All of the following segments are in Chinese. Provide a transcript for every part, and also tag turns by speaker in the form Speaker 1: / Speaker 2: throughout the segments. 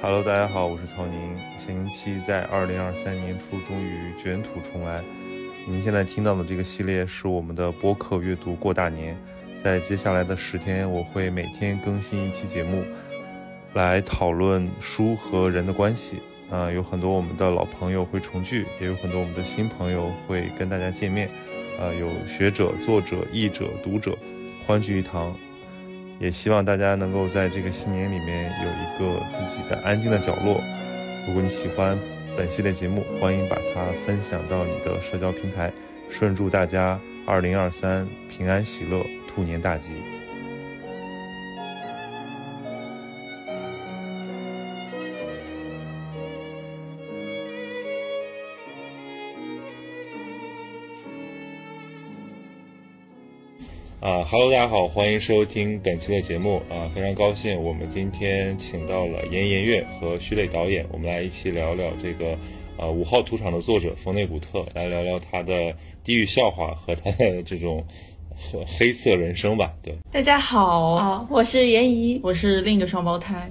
Speaker 1: Hello，大家好，我是曹宁。闲宁期在二零二三年初终于卷土重来。您现在听到的这个系列是我们的播客阅读过大年。在接下来的十天，我会每天更新一期节目，来讨论书和人的关系。啊、有很多我们的老朋友会重聚，也有很多我们的新朋友会跟大家见面。呃，有学者、作者、译者、读者，欢聚一堂。也希望大家能够在这个新年里面有一个自己的安静的角落。如果你喜欢本系列节目，欢迎把它分享到你的社交平台。顺祝大家二零二三平安喜乐，兔年大吉！啊哈喽，大家好，欢迎收听本期的节目啊，非常高兴我们今天请到了严颜悦和徐磊导演，我们来一起聊聊这个呃五号土场的作者冯内古特，来聊聊他的地狱笑话和他的这种黑黑色人生吧。对，
Speaker 2: 大家好，
Speaker 3: 啊，我是严怡，哦
Speaker 2: 我是另一个双胞胎。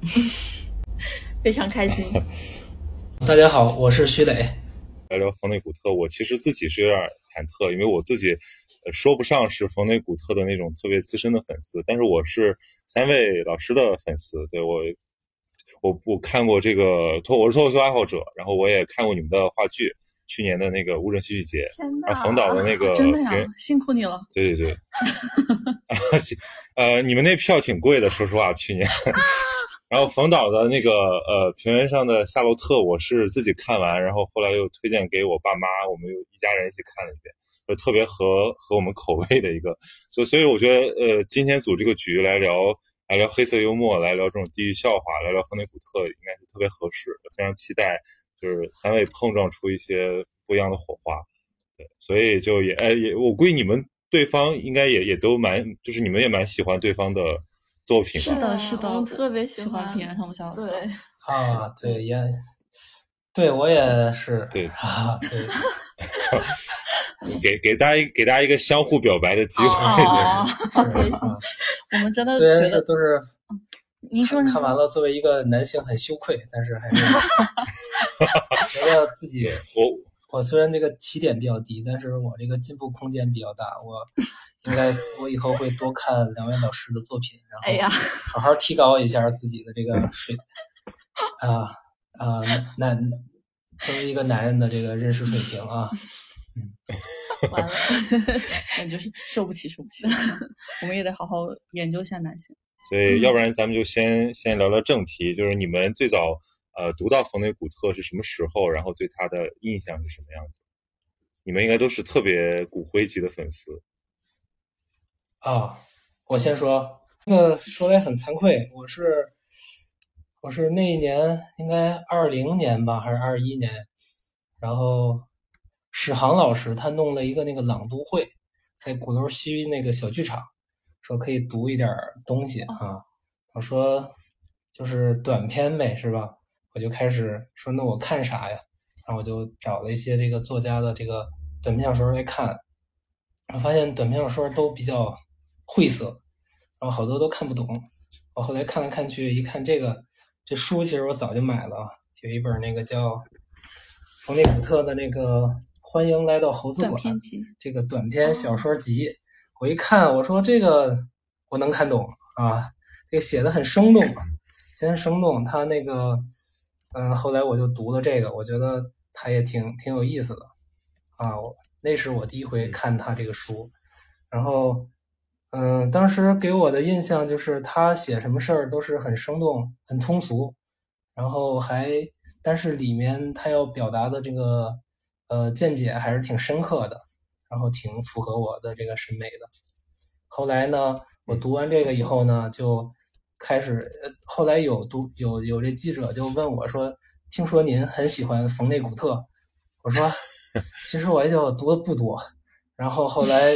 Speaker 3: 非常开 心。
Speaker 4: 大家好，我是徐磊。
Speaker 1: 来聊冯内古特，我其实自己是有点忐忑，因为我自己呃说不上是冯内古特的那种特别资深的粉丝，但是我是三位老师的粉丝，对我。我我看过这个脱，我是脱口秀爱好者，然后我也看过你们的话剧，去年的那个乌镇戏剧节，
Speaker 3: 天
Speaker 1: 啊，冯导的那个
Speaker 2: 真的呀
Speaker 1: 平，
Speaker 2: 辛苦你了。
Speaker 1: 对对对，啊，行呃，你们那票挺贵的，说实话，去年。然后冯导的那个呃《平原上的夏洛特》，我是自己看完，然后后来又推荐给我爸妈，我们又一家人一起看了一遍，就特别合合我们口味的一个。所以所以我觉得呃，今天组这个局来聊来聊黑色幽默，来聊这种地域笑话，来聊冯内古特，应该是特别合适。非常期待就是三位碰撞出一些不一样的火花。对，所以就也哎也，我估计你们对方应该也也都蛮，就是你们也蛮喜欢对方的作品吧？
Speaker 2: 是的，
Speaker 3: 啊
Speaker 2: 是的，
Speaker 3: 我们特别喜
Speaker 2: 喜欢《
Speaker 3: 欢
Speaker 2: 平原上的小草》。
Speaker 3: 对，
Speaker 4: 啊，对，也，对我也是，
Speaker 1: 对
Speaker 4: 啊，对，
Speaker 1: 给给大家一给大家一个相互表白的机会。
Speaker 2: 哦，
Speaker 4: 是
Speaker 3: 开心
Speaker 4: 啊
Speaker 2: 我们真的
Speaker 4: 虽然
Speaker 2: 觉
Speaker 4: 是
Speaker 2: 得，
Speaker 4: 都是
Speaker 2: 您说您
Speaker 4: 看完了，作为一个男性很羞愧，但是还是觉得自己，
Speaker 1: 我
Speaker 4: 我虽然这个起点比较低，但是我这个进步空间比较大，我应该我以后会多看两位老师的作品，然后
Speaker 3: 哎呀，
Speaker 4: 好好提高一下自己的这个水啊啊男作为一个男人的这个认识水平啊，
Speaker 3: 完了，
Speaker 2: 感哎觉是受不起，受 不起。我们也得好好研究一下男性。
Speaker 1: 所
Speaker 5: 嗯
Speaker 1: 以要不然咱们就先先聊聊正题，就是你们最早呃读到冯内古特是什么时候，然后对他的印象是什么样子？你们应该都是特别骨灰级的粉丝，
Speaker 4: 啊、我先说，这个说来很惭愧，我是我是那一年应该二零年吧，还是二一年，然后史航老师他弄了一个那个朗读会，在鼓楼西那个小剧场，说可以读一点儿东西
Speaker 2: 哦
Speaker 4: 啊。我说就是短篇呗，是吧？我就开始说那我看啥呀？然后我就找了一些这个作家的这个短篇小说来看，我发现短篇小说都比较晦涩，然后好多都看不懂。我后来看来看去，一看这个这书，其实我早就买了，啊有一本那个叫冯内古特的那个《欢迎来到猴子
Speaker 2: 短
Speaker 4: 馆》
Speaker 2: 篇集，
Speaker 4: 这个短篇小说集。我一看，我说这个我能看懂啊，这个写的很生动，写得很生动。他那个，嗯，后来我就读了这个，我觉得他也挺挺有意思的啊。我那是我第一回看他这个书，然后，嗯，当时给我的印象就是他写什么事儿都是很生动、很通俗，然后还，但是里面他要表达的这个呃见解还是挺深刻的，然后挺符合我的这个审美的。后来呢，我读完这个以后呢，就开始，呃后来有读有有这记者就问我说，听说您很喜欢冯内古特，我说其实我也就读的不多，然后后来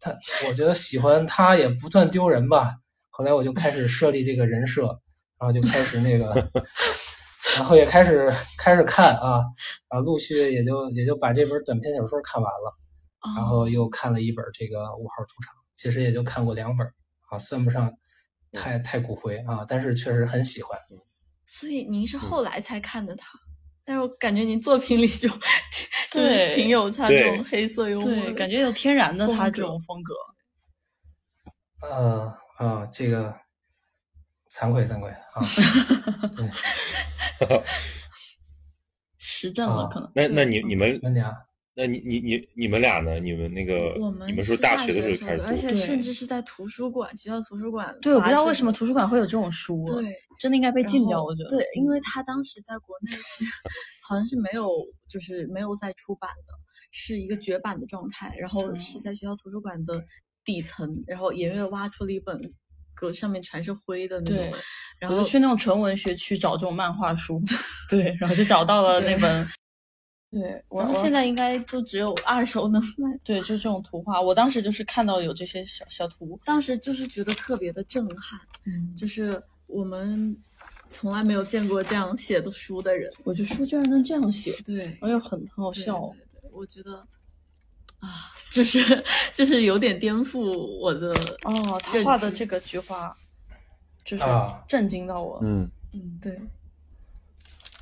Speaker 4: 他我觉得喜欢他也不算丢人吧，后来我就开始设立这个人设，然后就开始那个。然后也开始开始看啊，然后陆续也就也就把这本短篇小说看完了。然
Speaker 5: 哦
Speaker 4: 后又看了一本这个《五号赌场》，其实也就看过两本儿啊，算不上太太骨灰啊，但是确实很喜欢。
Speaker 5: 所以您是后来才看的他，但是我感觉您作品里就 就是
Speaker 2: 对
Speaker 5: 挺有他这种黑色幽默的，
Speaker 2: 对，感觉有天然的他
Speaker 5: 风格
Speaker 2: 这种风格。
Speaker 4: 呃啊，这个惭愧惭愧啊，对，
Speaker 2: 实证了
Speaker 4: 啊
Speaker 2: 可能。
Speaker 1: 那
Speaker 5: 对嗯
Speaker 1: 那你你们，
Speaker 4: 温啊妮儿，
Speaker 1: 那你你你你们俩呢？你们那个，
Speaker 5: 我们
Speaker 1: 呃你们
Speaker 5: 是
Speaker 1: 是大学的
Speaker 5: 时
Speaker 1: 时候开始读，
Speaker 5: 而且
Speaker 2: 对
Speaker 5: 甚至是在图书馆，学校图书馆。
Speaker 2: 对，我不知道为什么图书馆会有这种书，
Speaker 5: 对，
Speaker 2: 真的应该被
Speaker 5: 然
Speaker 2: 禁
Speaker 3: 哦
Speaker 2: 掉，
Speaker 5: 后
Speaker 2: 我觉得。
Speaker 5: 对，因为他当时在国内是 好像是没有，就是没有再出版的，是一个绝版的状态。然后
Speaker 2: 对
Speaker 5: 是在学校图书馆的底层，然后颜悦挖出了一本，搁上面全是灰的那
Speaker 2: 对
Speaker 5: 种。，然
Speaker 2: 我
Speaker 5: 后
Speaker 2: 就去那种纯文学区找这种漫画书， 对，然后就找到了那本。对，我
Speaker 5: 然后
Speaker 2: 我
Speaker 5: 现在应该就只有二手能卖。
Speaker 2: 对就这种图画，我当时就是看到有这些小小图，
Speaker 5: 当时就是觉得特别的震撼，
Speaker 2: 嗯，
Speaker 5: 就是我们从来没有见过这样写的书的人。
Speaker 2: 我觉得书居然能这样写，
Speaker 5: 对，
Speaker 2: 哎呦，很很好
Speaker 5: 对
Speaker 2: 笑哦。
Speaker 5: 对对，我觉得啊，就是就是有点颠覆我的，
Speaker 2: 哦，他
Speaker 5: 认
Speaker 2: 画的
Speaker 5: 知
Speaker 2: 这个菊花，就是
Speaker 4: 啊
Speaker 2: 震惊到我。
Speaker 1: 嗯，
Speaker 5: 嗯，
Speaker 2: 对，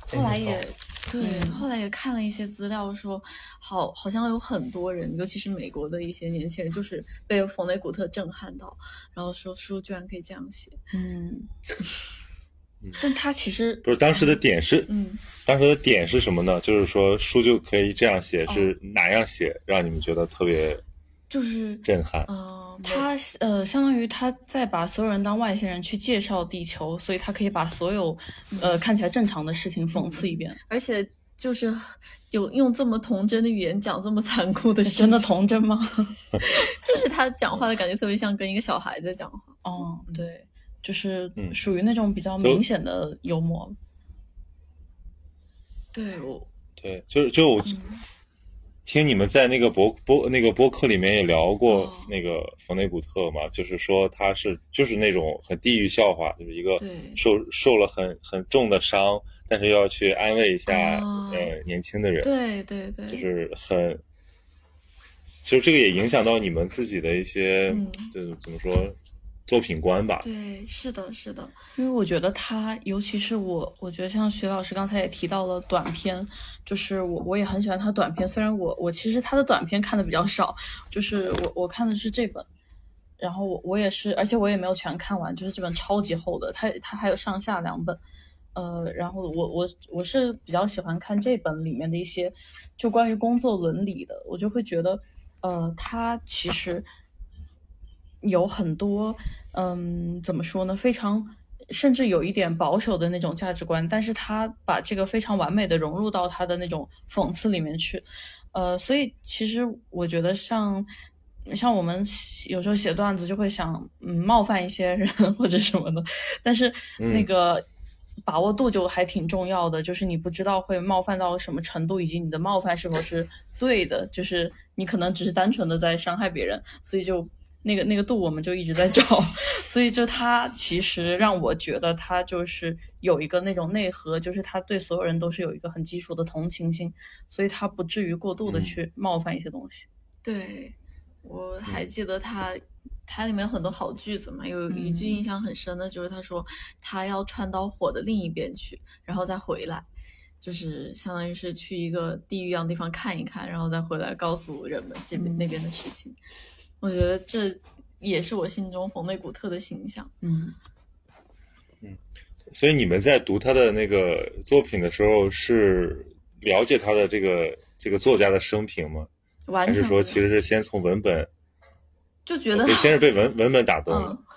Speaker 4: 这
Speaker 5: 后来
Speaker 4: 挺好
Speaker 5: 也对，
Speaker 2: 嗯
Speaker 5: 后来也看了一些资料说，好好像有很多人，尤其是美国的一些年轻人，就是被冯雷古特震撼到，然后说书居然可以这样写，
Speaker 2: 嗯，但他其实
Speaker 1: 不是当时的点是，
Speaker 5: 嗯，
Speaker 1: 当时的点是什么呢？就是说书就可以这样写，
Speaker 5: 哦
Speaker 1: 是哪样写让你们觉得特别
Speaker 5: 就是
Speaker 1: 震撼？
Speaker 5: 嗯，他
Speaker 2: 他是呃，相当于他在把所有人当外星人去介绍地球，所以他可以把所有呃看起来正常的事情讽刺一遍，
Speaker 5: 而且就是有用这么童真的语言讲这么残酷的事 情，
Speaker 2: 真的童真吗？
Speaker 5: 就是他讲话的感觉特别像跟一个小孩在讲话，
Speaker 2: 哦，对，就是
Speaker 1: 嗯
Speaker 2: 属于那种比较明显的幽默。
Speaker 5: 对我，
Speaker 1: 对，就是就我
Speaker 5: 嗯
Speaker 1: 听你们在那个博博那个播客里面也聊过
Speaker 5: 哦
Speaker 1: 那个冯内古特嘛，就是说他是就是那种很地狱笑话，就是一个
Speaker 5: 对
Speaker 1: 受受了很很重的伤，但是又要去安慰一下、
Speaker 5: 哦
Speaker 1: 呃年轻的人，
Speaker 5: 对对对，
Speaker 1: 就是很。就这个也影响到你们自己的一些，
Speaker 5: 嗯
Speaker 1: 就是怎么说，作品观吧。
Speaker 5: 对，是的，是的，
Speaker 2: 因为我觉得他，尤其是我，我觉得像徐老师刚才也提到了短片，就是我我也很喜欢他短片，虽然我我其实他的短片看的比较少，就是我我看的是这本，然后我我也是，而且我也没有全看完，就是这本超级厚的，它它还有上下两本，呃，然后我我我是比较喜欢看这本里面的一些就关于工作伦理的，我就会觉得，呃，它其实有很多，嗯，怎么说呢，非常。甚至有一点保守的那种价值观，但是他把这个非常完美的融入到他的那种讽刺里面去，呃，所以其实我觉得像像我们写有时候写段子就会想，嗯，冒犯一些人或者什么的，但是那
Speaker 1: 嗯
Speaker 2: 个把握度就还挺重要的，就是你不知道会冒犯到什么程度，以及你的冒犯是否是对的，就是你可能只是单纯的在伤害别人，所以就。那个那个度我们就一直在找， 所以就他其实让我觉得他就是有一个那种内核，就是他对所有人都是有一个很基础的同情心，所以他不至于过度的
Speaker 1: 嗯
Speaker 2: 去冒犯一些东西。
Speaker 5: 对，我
Speaker 1: 嗯
Speaker 5: 还记得他，他里面有很多好句子嘛，有一句
Speaker 2: 嗯
Speaker 5: 印象很深的就是他说他要窜到火的另一边去，然后再回来，就是相当于是去一个地狱一样的地方看一看，然后再回来告诉人们这边、
Speaker 2: 嗯
Speaker 5: 那边的事情。我觉得这也是我心中冯内古特的形象。
Speaker 2: 嗯，
Speaker 1: 所以你们在读他的那个作品的时候，是了解他的这个这个作家的生平吗？
Speaker 5: 完
Speaker 1: 还
Speaker 5: 全
Speaker 1: 是
Speaker 5: 不
Speaker 1: 说
Speaker 5: 了
Speaker 1: 其实是先从文本，
Speaker 5: 就觉得
Speaker 1: 对，先是被文文本打动了？
Speaker 5: 嗯。嗯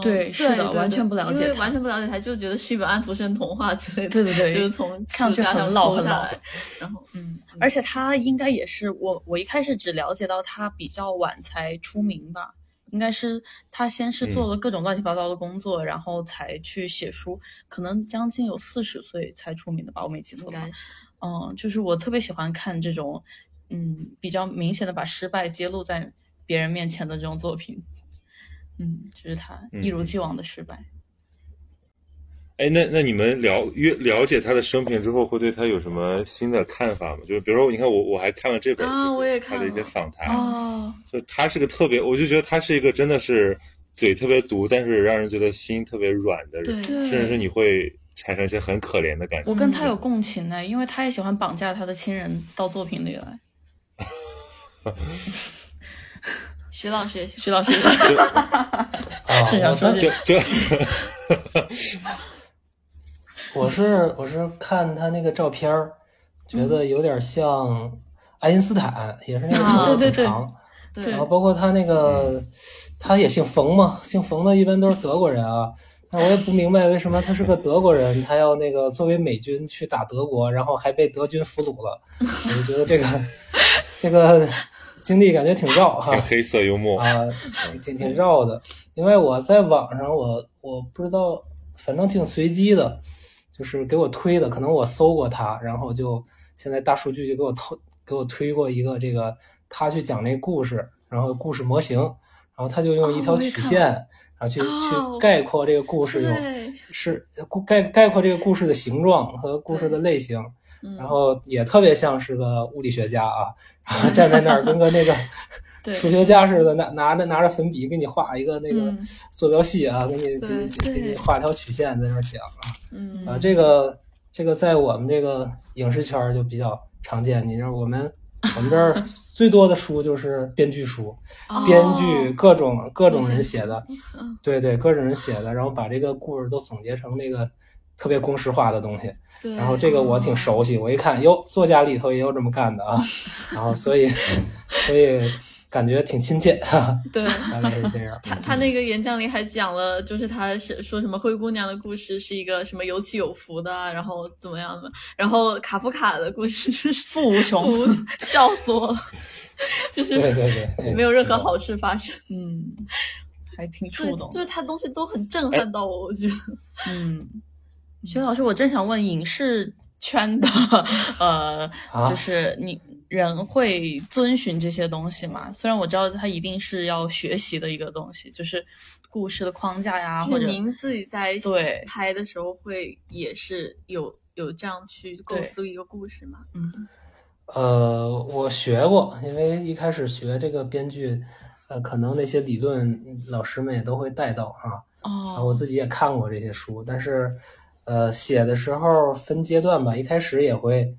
Speaker 2: 对是的
Speaker 5: 对
Speaker 2: 完全不了解
Speaker 5: 因为
Speaker 2: 他
Speaker 5: 完全不了解他，就觉得是一本安徒生童话之类的，
Speaker 2: 对对对
Speaker 5: 就是从
Speaker 2: 看上去
Speaker 5: 书架上
Speaker 2: 很老
Speaker 5: 抠
Speaker 2: 很
Speaker 5: 下
Speaker 2: 老
Speaker 5: 来，然后嗯，
Speaker 2: 而且他应该也是我，我一开始只了解到他比较晚才出名吧，应该是他先是
Speaker 1: 嗯
Speaker 2: 做了各种乱七八糟的工作，然后才去写书，可能将近有四十岁才出名的吧，我没记错
Speaker 5: 应
Speaker 2: 的话
Speaker 5: 该。是
Speaker 2: 嗯，就是我特别喜欢看这种，嗯，比较明显的把失败揭露在别人面前的这种作品。嗯，就是他一如
Speaker 1: 嗯
Speaker 2: 既往的失败。
Speaker 1: 哎，那那你们了越了解他的生平之后，会对他有什么新的看法吗？就是比如说，你看我我还看了这本
Speaker 5: 啊
Speaker 1: 就是
Speaker 5: 我也
Speaker 1: 他
Speaker 5: 看
Speaker 1: 的一些
Speaker 5: 了啊
Speaker 1: 访谈，
Speaker 2: 哦，
Speaker 1: 就他是个特别，我就觉得他是一个真的是嘴特别毒，但是让人觉得心特别软的人，
Speaker 5: 对
Speaker 1: 甚至是你会产生一些很可怜的感觉。
Speaker 2: 我跟
Speaker 5: 嗯
Speaker 2: 他有共情呢，因为他也喜欢绑架他的亲人到作品里来。
Speaker 5: 徐老师也喜
Speaker 2: 徐老师，
Speaker 4: 啊，
Speaker 2: 这样
Speaker 4: 我
Speaker 2: 说
Speaker 4: 当
Speaker 2: 就
Speaker 1: 这这
Speaker 4: 我是我是看他那个照片儿，
Speaker 2: 嗯
Speaker 4: 觉得有点像爱因斯坦，也是那个
Speaker 5: 啊
Speaker 4: 头发
Speaker 2: 对
Speaker 4: 很
Speaker 2: 对
Speaker 4: 长，
Speaker 5: 对
Speaker 4: 然后包括他那个，他也姓冯嘛，姓冯的一般都是德国人啊。那我也不明白为什么他是个德国人，他要那个作为美军去打德国，然后还被德军俘虏了。我就觉得这个这个经历感觉挺绕啊哈、
Speaker 1: 挺黑色幽默，
Speaker 4: 啊， 挺挺挺绕的。因为我在网上我，我不知道，反正挺随机的，就是给我推的，可能我搜过他，然后就现在大数据就给我推给我推过一个这个他去讲那故事，然后故事模型，然后他就用一条
Speaker 2: 哦我也
Speaker 4: 曲
Speaker 2: 看
Speaker 4: 线，然后去、
Speaker 5: 哦
Speaker 4: 去概括这个故事有
Speaker 5: 对，
Speaker 4: 是故概概括这个故事的形状和故事的类型，
Speaker 5: 嗯
Speaker 4: 然后也特别像是个物理学家啊，然后站在那儿跟个那个
Speaker 2: 对
Speaker 4: 数学家似的，拿拿着拿着粉笔给你画一个那个
Speaker 5: 嗯
Speaker 4: 坐标系啊，给你给
Speaker 5: 对
Speaker 4: 你给
Speaker 5: 对
Speaker 4: 你画条曲线在那儿讲
Speaker 5: 嗯
Speaker 4: 啊，这个这个在我们这个影视圈儿就比较常见，你知道我们我们这 儿最多的书就是编剧书，编剧
Speaker 5: 哦
Speaker 4: 各种各种
Speaker 5: 我
Speaker 4: 人
Speaker 5: 想嗯
Speaker 4: 写的，对对，各种人写的，然后把这个故事都总结成那个特别公式化的东西。
Speaker 5: 对，
Speaker 4: 然后这个我挺熟悉，我一看，哟，作家里头也有这么干的啊，然后所以 所以感觉挺亲切， 哈哈，
Speaker 5: 对。
Speaker 4: 大概是这样。
Speaker 5: 他他那个演讲里还讲了，就是他是说什么灰姑娘的故事是一个什么有起有伏的，啊然后怎么样的，然后卡夫卡的故事就是
Speaker 2: 富无穷
Speaker 5: 无，笑死 我了，就
Speaker 4: 对
Speaker 5: 是
Speaker 4: 对对对，
Speaker 5: 没有任何好事发生，
Speaker 2: 嗯，还挺
Speaker 5: 对
Speaker 2: 触，动
Speaker 5: 就。是他东西都很震撼到我，我觉得
Speaker 2: 嗯，徐老师，我正想问影视圈的，呃，
Speaker 4: 啊
Speaker 2: 就是你人会遵循这些东西吗？虽然我知道它一定是要学习的一个东西，就是故事的框架呀，
Speaker 5: 就
Speaker 2: 啊或
Speaker 5: 是
Speaker 2: 者
Speaker 5: 您自己在
Speaker 2: 对
Speaker 5: 拍的时候会也是有有这样去构
Speaker 2: 对
Speaker 5: 思一个故事嘛？
Speaker 2: 嗯
Speaker 4: 呃，我学过，因为一开始学这个编剧，呃，可能那些理论老师们也都会带到啊。啊，我
Speaker 2: 哦，
Speaker 4: 自己也看过这些书，但是，呃，写的时候分阶段吧，一开始也会，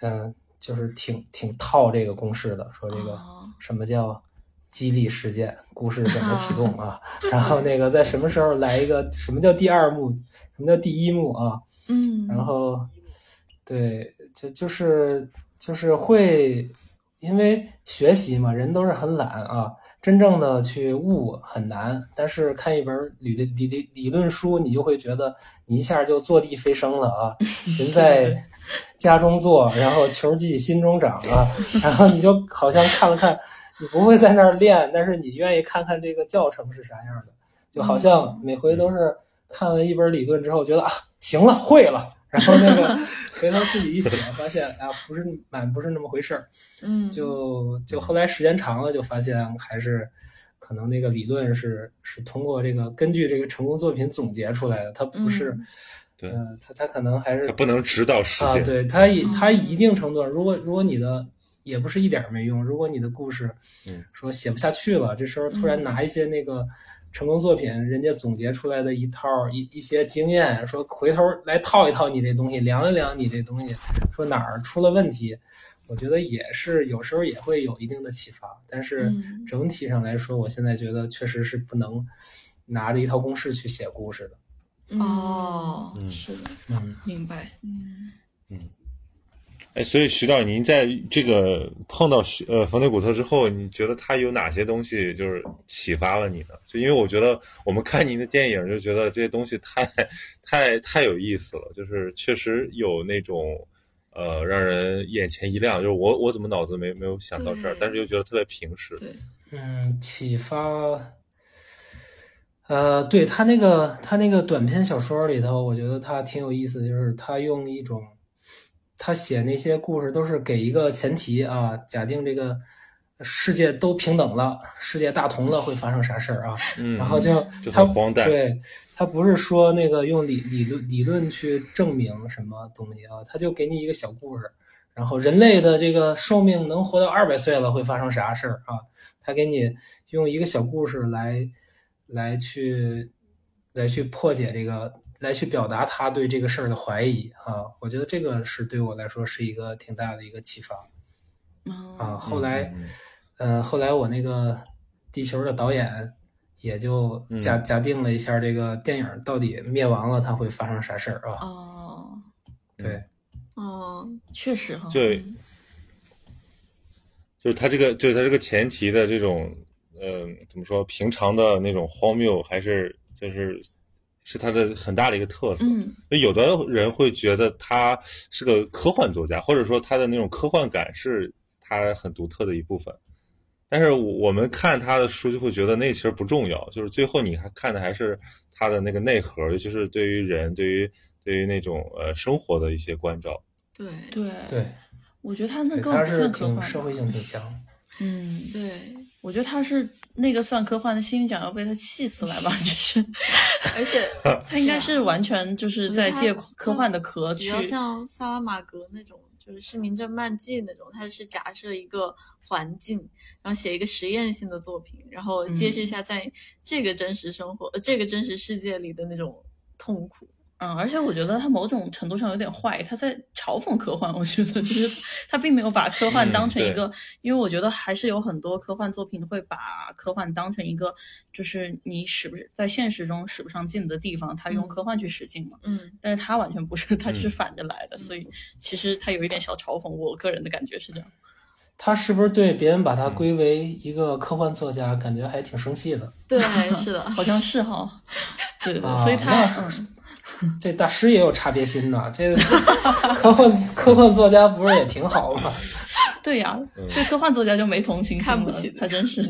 Speaker 4: 嗯、就是挺挺套这个公式的，说这个
Speaker 5: 哦
Speaker 4: 什么叫激励事件，故事怎么启动啊，然后那个在什么时候来一个什么叫第二幕，什么叫第一幕啊，
Speaker 2: 嗯
Speaker 4: 然后，对，就就是就是会，因为学习嘛，人都是很懒啊，真正的去悟很难。但是看一本理论理理理论书，你就会觉得你一下就坐地飞升了啊，人在家中坐，然后球技心中长啊，然后你就好像看了看，你不会在那儿练，但是你愿意看看这个教程是啥样的。就好像每回都是看完一本理论之后，觉得啊行了会了，然后那个回头自己一写，发现啊不是满不是那么回事儿，
Speaker 5: 嗯，
Speaker 4: 就就后来时间长了，就发现还是可能那个理论是是通过这个根据这个成功作品总结出来的，它不是，
Speaker 1: 对
Speaker 4: 呃，它它可能还是
Speaker 1: 它不能指导实
Speaker 4: 啊，
Speaker 1: 践。
Speaker 4: 对它一它一定程度上，如果如果你的也不是一点儿没用，如果你的故事
Speaker 1: 嗯
Speaker 4: 说写不下去了，这时候突然拿一些那个成功作品，人家总结出来的一套一一些经验，说回头来套一套你这东西，量一量你这东西，说哪儿出了问题，我觉得也是有时候也会有一定的启发，但是
Speaker 5: 嗯
Speaker 4: 整体上来说，我现在觉得确实是不能拿着一套公式去写故事的，
Speaker 5: 嗯
Speaker 2: 哦，
Speaker 1: 嗯
Speaker 2: 是的，
Speaker 4: 嗯。
Speaker 2: 明白。
Speaker 5: 嗯
Speaker 1: 哎，所以徐导，您在这个碰到徐呃冯内古特之后，你觉得他有哪些东西就是启发了你呢？就因为我觉得我们看您的电影就觉得这些东西太太太有意思了，就是确实有那种呃让人眼前一亮，就是我我怎么脑子没没有想到这儿，
Speaker 5: 对
Speaker 1: 但是又觉得特别平时。
Speaker 5: 对，
Speaker 4: 嗯，启发，呃，对，他那个他那个短篇小说里头，我觉得他挺有意思，就是他用一种他写那些故事都是给一个前提啊，假定这个世界都平等了，世界大同了，会发生啥事儿啊？
Speaker 1: 嗯，
Speaker 4: 然后就
Speaker 1: 就
Speaker 4: 他
Speaker 1: 很荒诞
Speaker 4: 对他不是说那个用理理论理论去证明什么东西啊，他就给你一个小故事，然后人类的这个寿命能活到二百岁了会发生啥事儿啊？他给你用一个小故事来来去来去破解这个来去表达他对这个事儿的怀疑啊。我觉得这个是对我来说是一个挺大的一个启发啊。
Speaker 2: 嗯，
Speaker 4: 后来，
Speaker 1: 嗯
Speaker 4: 呃，后来我那个《地球》的导演也就
Speaker 1: 嗯
Speaker 4: 假假定了一下这个电影到底灭亡了，它会发生啥事儿啊？
Speaker 2: 哦，
Speaker 4: 对，
Speaker 1: 嗯
Speaker 6: 哦，确实哈，
Speaker 1: 对，就是他这个，就是他这个前提的这种，呃，怎么说，平常的那种荒谬，还是就是是他的很大的一个特色。
Speaker 2: 嗯
Speaker 1: 有的人会觉得他是个科幻作家，或者说他的那种科幻感是他很独特的一部分。但是我我们看他的书，就会觉得那其实不重要，就是最后你还看的还是他的那个内核，尤其是对于人，对于对于那种呃生活的一些关照。
Speaker 6: 对
Speaker 2: 对，
Speaker 4: 对，
Speaker 2: 我觉得他那
Speaker 4: 对
Speaker 2: 更
Speaker 4: 它
Speaker 2: 不
Speaker 4: 是
Speaker 2: 算科
Speaker 4: 挺
Speaker 2: 幻
Speaker 4: 社会
Speaker 2: 吧，
Speaker 4: 性挺强。
Speaker 2: 嗯，
Speaker 6: 对，
Speaker 2: 我觉得他是那个算科幻的星云奖要被他气死来吧，就是，而且
Speaker 4: 啊
Speaker 2: 他应该是完全 就是在借科幻的壳
Speaker 6: 比
Speaker 2: 去，
Speaker 6: 较像萨拉玛格那种，就是《失明症漫记》那种，它是假设一个环境，然后写一个实验性的作品，然后揭示一
Speaker 2: 嗯
Speaker 6: 下在这个真实生活、呃这个真实世界里的那种痛苦。
Speaker 2: 嗯，而且我觉得他某种程度上有点坏，他在嘲讽科幻，我觉得就是他并没有把科幻当成一个，因为我觉得还是有很多科幻作品会把科幻当成一个，就是你使不是在现实中使不上劲的地方，他用
Speaker 6: 嗯
Speaker 2: 科幻去使劲嘛。
Speaker 6: 嗯，
Speaker 2: 但是他完全不是，他就是
Speaker 1: 嗯
Speaker 2: 反着来的，所以其实他有一点小嘲讽，我个人的感觉是这样。
Speaker 4: 他是不是对别人把
Speaker 1: 嗯
Speaker 4: 他归为一个科幻作家，感觉还挺生气的？
Speaker 6: 对，是 的，
Speaker 2: 好像是哈，对对，
Speaker 4: 啊
Speaker 2: 对，所以他
Speaker 4: 那
Speaker 2: 嗯，
Speaker 4: 这大师也有差别心呐，这 科幻科幻作家不是也挺好吗？
Speaker 2: 对呀、
Speaker 1: 嗯
Speaker 2: 对科幻作家就没同情心了，
Speaker 6: 看不起
Speaker 2: 他真是，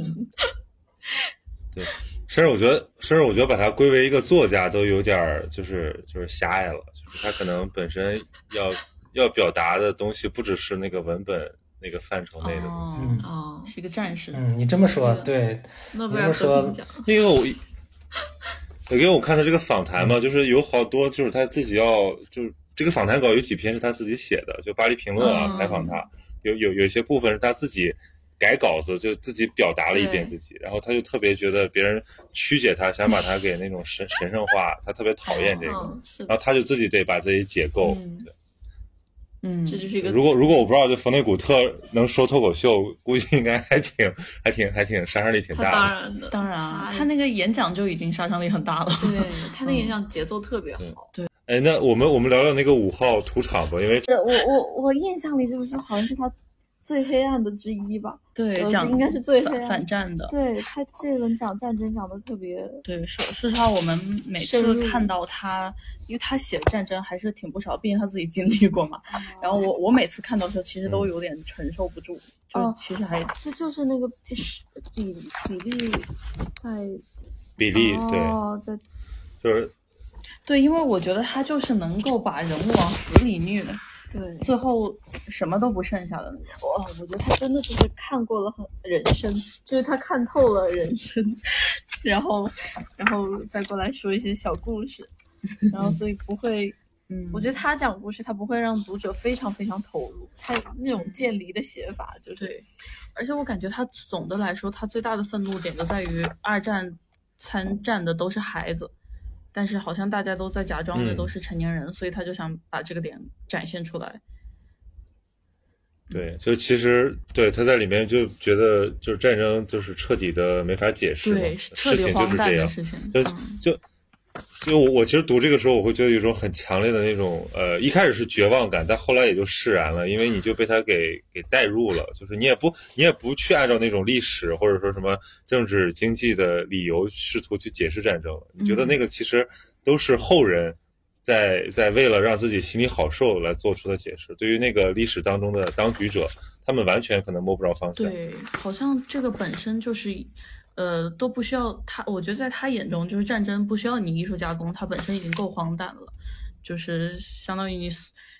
Speaker 1: 甚至我觉得，甚至我觉得把它归为一个作家都有点儿，就是就是狭隘了。就是他可能本身要要表达的东西，不只是那个文本那个范畴内的东西。
Speaker 2: 哦，
Speaker 4: 嗯
Speaker 6: 哦，
Speaker 2: 是一个战士，
Speaker 4: 嗯，你这么说
Speaker 6: 对
Speaker 4: 对，
Speaker 6: 啊诺
Speaker 4: 你
Speaker 6: 贝
Speaker 4: 这
Speaker 6: 尔
Speaker 4: 么
Speaker 6: 和
Speaker 4: 说
Speaker 6: 平，奖。
Speaker 1: 因为我因为我看他这个访谈嘛，就是有好多就是他自己要就是这个访谈稿有几篇是他自己写的，就《巴黎评论》啊、
Speaker 6: 嗯
Speaker 1: 采访他，有有有一些部分是他自己改稿子，就自己表达了一遍
Speaker 6: 对
Speaker 1: 自己，然后他就特别觉得别人曲解他，想把他给那种神神圣化，他特别讨厌这个。
Speaker 6: 嗯，是
Speaker 1: 然
Speaker 6: 的，
Speaker 1: 后他就自己得把自己解构。
Speaker 6: 嗯
Speaker 2: 嗯，
Speaker 6: 这就是一个
Speaker 1: 如果如果我不知道这冯内古特能说脱口秀，估计应该还挺还挺还挺杀伤力挺
Speaker 6: 他当
Speaker 1: 大的。
Speaker 6: 然的，
Speaker 2: 当然啊，
Speaker 6: 哎
Speaker 2: 他那个演讲就已经杀伤力很大了，
Speaker 6: 对他那个演讲节奏特别
Speaker 1: 对
Speaker 6: 好，
Speaker 1: 哎，那我们我们聊聊那个五号土场吧，因为
Speaker 5: 是我我我印象里这本书好像是他最黑暗的之一吧？
Speaker 2: 对，
Speaker 5: 呃
Speaker 2: 讲
Speaker 5: 应该是最黑
Speaker 2: 反
Speaker 5: 暗
Speaker 2: 反战的。
Speaker 5: 对他这一轮讲战争讲的特别，
Speaker 2: 对，说实话，我们每
Speaker 5: 深
Speaker 2: 次
Speaker 5: 入
Speaker 2: 看到他，因为他写战争还是挺不少，毕竟他自己经历过嘛。
Speaker 1: 嗯
Speaker 2: 然后我我每次看到的时候，其实都有点承受不住，就
Speaker 5: 哦
Speaker 2: 其实还
Speaker 5: 是就是那个是比比例在
Speaker 1: 比例对，
Speaker 5: 哦在
Speaker 1: 就是
Speaker 2: 对，因为我觉得他就是能够把人物往死里虐，
Speaker 5: 对，
Speaker 2: 最后什么都不剩下的那种。
Speaker 5: 哇，我觉得他真的就是看过了很人生，就是他看透了人生， 然后然后再过来说一些小故事，然后所以不会
Speaker 2: 嗯
Speaker 5: 我觉得他讲故事，他不会让读者非常非常投入，他那种渐离的写法，就是
Speaker 2: 对，而且我感觉他总的来说，他最大的愤怒点就在于二战参战的都是孩子，但是好像大家都在假装的
Speaker 1: 嗯
Speaker 2: 都是成年人，所以他就想把这个点展现出来。
Speaker 1: 对，就其实对他在里面就觉得就是战争就是彻底的没法解释嘛，
Speaker 2: 对，是彻
Speaker 1: 事
Speaker 2: 底
Speaker 1: 情就
Speaker 2: 荒
Speaker 1: 是
Speaker 2: 诞
Speaker 1: 这
Speaker 2: 的
Speaker 1: 样，
Speaker 2: 事情。
Speaker 1: 就
Speaker 2: 嗯
Speaker 1: 就因为我我其实读这个时候，我会觉得有一种很强烈的那种呃，一开始是绝望感，但后来也就释然了，因为你就被他给给带入了，就是你也不你也不去按照那种历史或者说什么政治经济的理由试图去解释战争了，你觉得那个
Speaker 2: 嗯
Speaker 1: 其实都是后人。在在为了让自己心里好受来做出的解释，对于那个历史当中的当局者，他们完全可能摸不着方向。
Speaker 2: 对，好像这个本身就是一，呃，都不需要他。我觉得在他眼中，就是战争不需要你艺术加工，它本身已经够荒诞了。就是相当于你，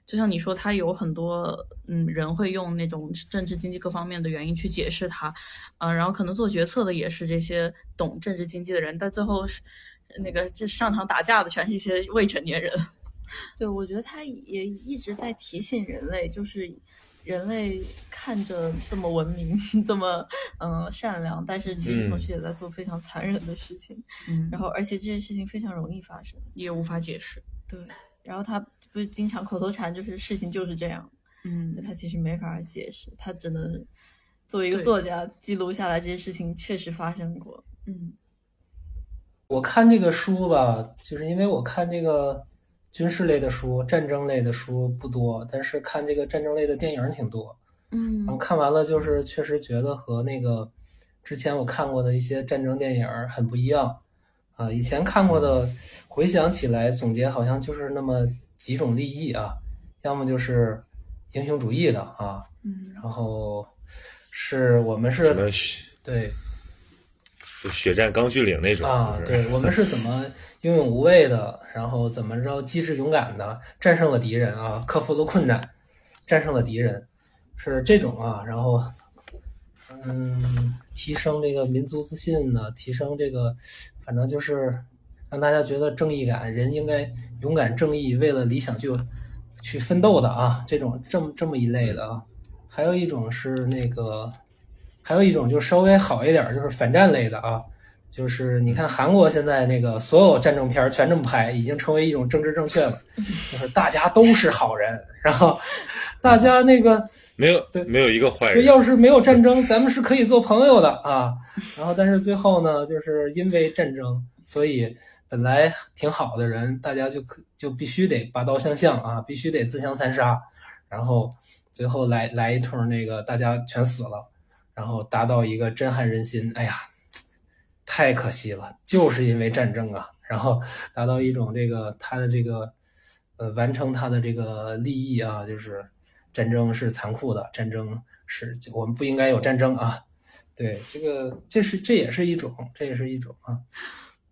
Speaker 2: 就像你说，他有很多嗯人会用那种政治经济各方面的原因去解释它，呃，然后可能做决策的也是这些懂政治经济的人，但最后是那个这上场打架的全是一些未成年人。
Speaker 6: 对，我觉得他也一直在提醒人类，就是
Speaker 7: 人类看着这么文明、 这么嗯、呃善良，但是其实
Speaker 4: 嗯
Speaker 7: 同时也在做非常残忍的事情。
Speaker 2: 嗯，然
Speaker 7: 然
Speaker 2: 后
Speaker 7: 后，而且这些事情非常容易发生。
Speaker 2: 也无法解释。
Speaker 7: 对，然后他不是经常口头禅，就是事情就是这样，
Speaker 2: 嗯，
Speaker 7: 他其实没法解释，他只能作为一个
Speaker 2: 对
Speaker 7: 作家记录下来这些事情确实发生过。
Speaker 2: 嗯
Speaker 4: 我看这个书吧，就是因为我看这个军事类的书、战争类的书不多，但是看这个战争类的电影挺多。
Speaker 2: 嗯
Speaker 4: 然后看完了，就是确实觉得和那个之前我看过的一些战争电影儿很不一样啊、以前看过的，
Speaker 2: 嗯
Speaker 4: 回想起来总结好像就是那么几种利益啊，要么就是英雄主义的啊，
Speaker 2: 嗯
Speaker 4: 然后是我们
Speaker 1: 什么
Speaker 4: 是
Speaker 1: 血
Speaker 4: 对
Speaker 1: 就血战钢锯岭那种
Speaker 4: 啊，，
Speaker 1: 是
Speaker 4: 对我们是怎么英勇无畏的，然后怎么着机智勇敢的战胜了敌人啊，克服了困难，战胜了敌人，是这种啊，然后嗯，提升这个民族自信呢，提升这个，反正就是让大家觉得正义感，人应该勇敢正义，为了理想去去奋斗的啊，这种这么这么一类的啊，还有一种是那个，还有一种就稍微好一点儿，就是反战类的啊。就是你看韩国现在那个所有战争片儿全这么拍，已经成为一种政治正确了，就是大家都是好人，然后大家那个
Speaker 1: 没有
Speaker 4: 对
Speaker 1: 没有一个坏
Speaker 4: 就
Speaker 1: 人，
Speaker 4: 要是没有战争，咱们是可以做朋友的啊。然后，但是最后呢，就是因为战争，所以本来挺好的人，大家就可就必须得拔刀相向啊，必须得自相残杀。然后最后来来一通那个大家全死了，然后达到一个震撼人心。哎呀，太可惜了，就是因为战争啊，然后达到一种这个他的这个呃完成他的这个利益啊，就是战争是残酷的，战争是我们不应该有战争啊。对，这个这是这也是一种，这也是一种啊。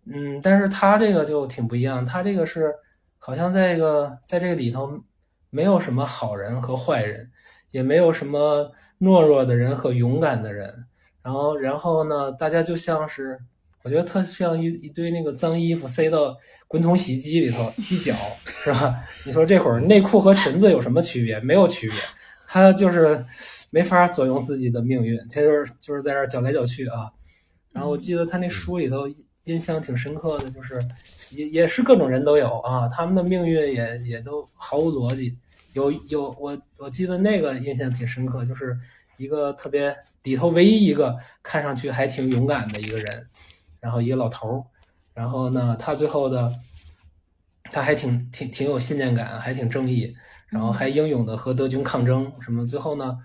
Speaker 4: 嗯，但是他这个就挺不一样，他这个是好像在这个在这个里头没有什么好人和坏人，也没有什么懦弱的人和勇敢的人，然后然后呢，大家就像是。我觉得特像一一堆那个脏衣服塞到滚筒洗衣机里头一搅，是吧？你说这会儿内裤和裙子有什么区别？没有区别，他就是没法左右自己的命运，他就是就是在这儿搅来搅去啊。然后我记得他那书里头印象挺深刻的，就是也也是各种人都有啊，他们的命运也也都毫无逻辑。有有，我我记得那个印象挺深刻，就是一个特别里头唯一一个看上去还挺勇敢的一个人，然后一个老头儿，然后呢，他最后的他还挺挺挺有信念感，还挺正义，然后还英勇的和德军抗争什么。最后呢，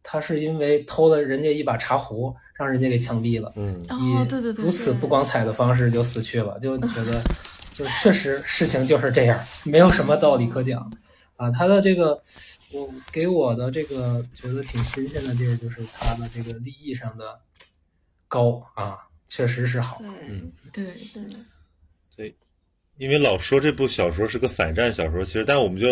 Speaker 4: 他是因为偷了人家一把茶壶，让人家给枪毙了。
Speaker 1: 嗯，
Speaker 4: 以
Speaker 2: 哦，对对对，
Speaker 4: 如此
Speaker 2: 对
Speaker 4: 不光彩的方式就死去了，就觉得 就确实事情就是这样，没有什么道理可讲啊。他的这个，我给我的这个觉得挺新鲜的地儿，就是他的这个利益上的高啊，确实是好。
Speaker 5: 对
Speaker 1: 嗯，
Speaker 2: 对
Speaker 5: 是
Speaker 1: 因为老说这部小说是个反战小说，其实但我们就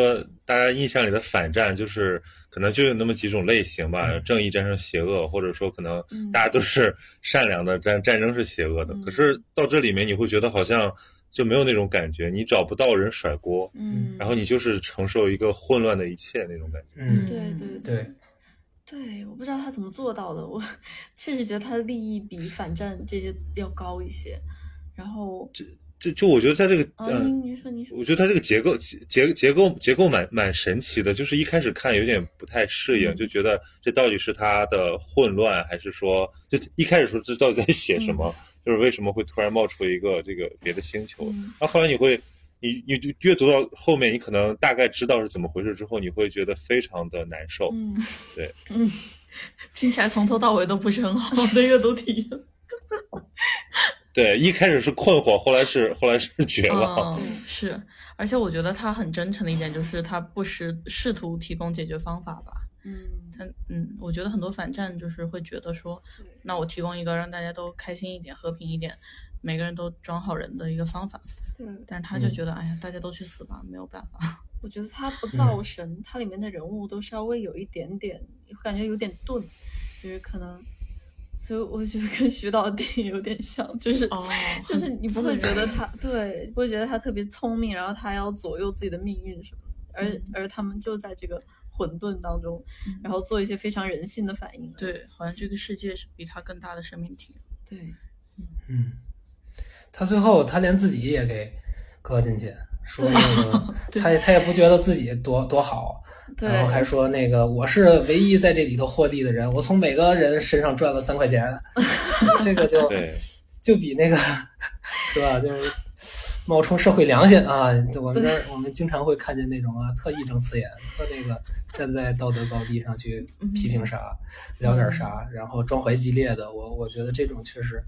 Speaker 1: 大家印象里的反战就是可能就有那么几种类型吧，正义战胜邪恶，或者说可能大家都是善良的，战战争是邪恶的。可是到这里面你会觉得好像就没有那种感觉，你找不到人甩锅，
Speaker 2: 嗯，
Speaker 1: 然后你就是承受一个混乱的一切那种感觉。
Speaker 4: 嗯，
Speaker 7: 对对
Speaker 4: 对。
Speaker 7: 对，我不知道他怎么做到的， 我确实觉得他的利益比反战这些要高一些。然后，
Speaker 1: 就就我觉得他这个，
Speaker 5: 哦
Speaker 7: 啊，
Speaker 1: 嗯、
Speaker 7: 您您说您说，
Speaker 1: 我觉得它这个结构结结结构结构蛮蛮神奇的，就是一开始看有点不太适应，
Speaker 7: 嗯
Speaker 1: 就觉得这到底是它的混乱，还是说就一开始说这到底在写什么？ 就是为什么会突然冒出一个这个别的星球？
Speaker 7: 嗯
Speaker 1: 然后后来你会，你你就阅读到后面，你可能大概知道是怎么回事之后，你会觉得非常的难受。
Speaker 7: 嗯，
Speaker 1: 对，
Speaker 7: 嗯，听起来从头到尾都不是很好的阅读体验。
Speaker 1: 对，一开始是困惑，后来是后来是绝
Speaker 7: 哦
Speaker 1: 望。
Speaker 2: 嗯
Speaker 7: 是，而且我觉得他很真诚的一点就是他不试试图提供解决方法吧。
Speaker 2: 嗯
Speaker 7: 他嗯，我觉得很多反战就是会觉得说，那我提供一个让大家都开心一点、和平一点，每个人都装好人的一个方法，
Speaker 5: 对，
Speaker 7: 但是他就
Speaker 4: 嗯
Speaker 7: 觉得，哎呀，大家都去死吧，没有办法。
Speaker 5: 我觉得他
Speaker 1: 嗯
Speaker 5: 不造神，他里面的人物都稍微有一点点，感觉有点钝，就是可能，所以我觉得跟徐导的电影有点像，就是
Speaker 2: 哦，
Speaker 5: 就是你不会
Speaker 2: 很自
Speaker 5: 觉
Speaker 2: 然
Speaker 5: 得他对，不会觉得他特别聪明，然后他要左右自己的命运什么的。而
Speaker 2: 嗯
Speaker 5: 而他们就在这个混沌当中，然后做一些非常人性的反应。
Speaker 2: 对，好像这个世界是比他更大的生命体。
Speaker 5: 对，
Speaker 4: 嗯，他最后他连自己也给搁进去，说那个他也他也不觉得自己多多好，
Speaker 5: 对
Speaker 4: 然后还说那个我是唯一在这里头获利的人，我从每个人身上赚了三块钱，这个就
Speaker 1: 对，
Speaker 4: 就比那个是吧，就是冒充社会良心啊！我们这儿我们经常会看见那种啊，特义正词严，特那个站在道德高地上去批评啥，聊点啥，然后装怀激烈的，我我觉得这种确实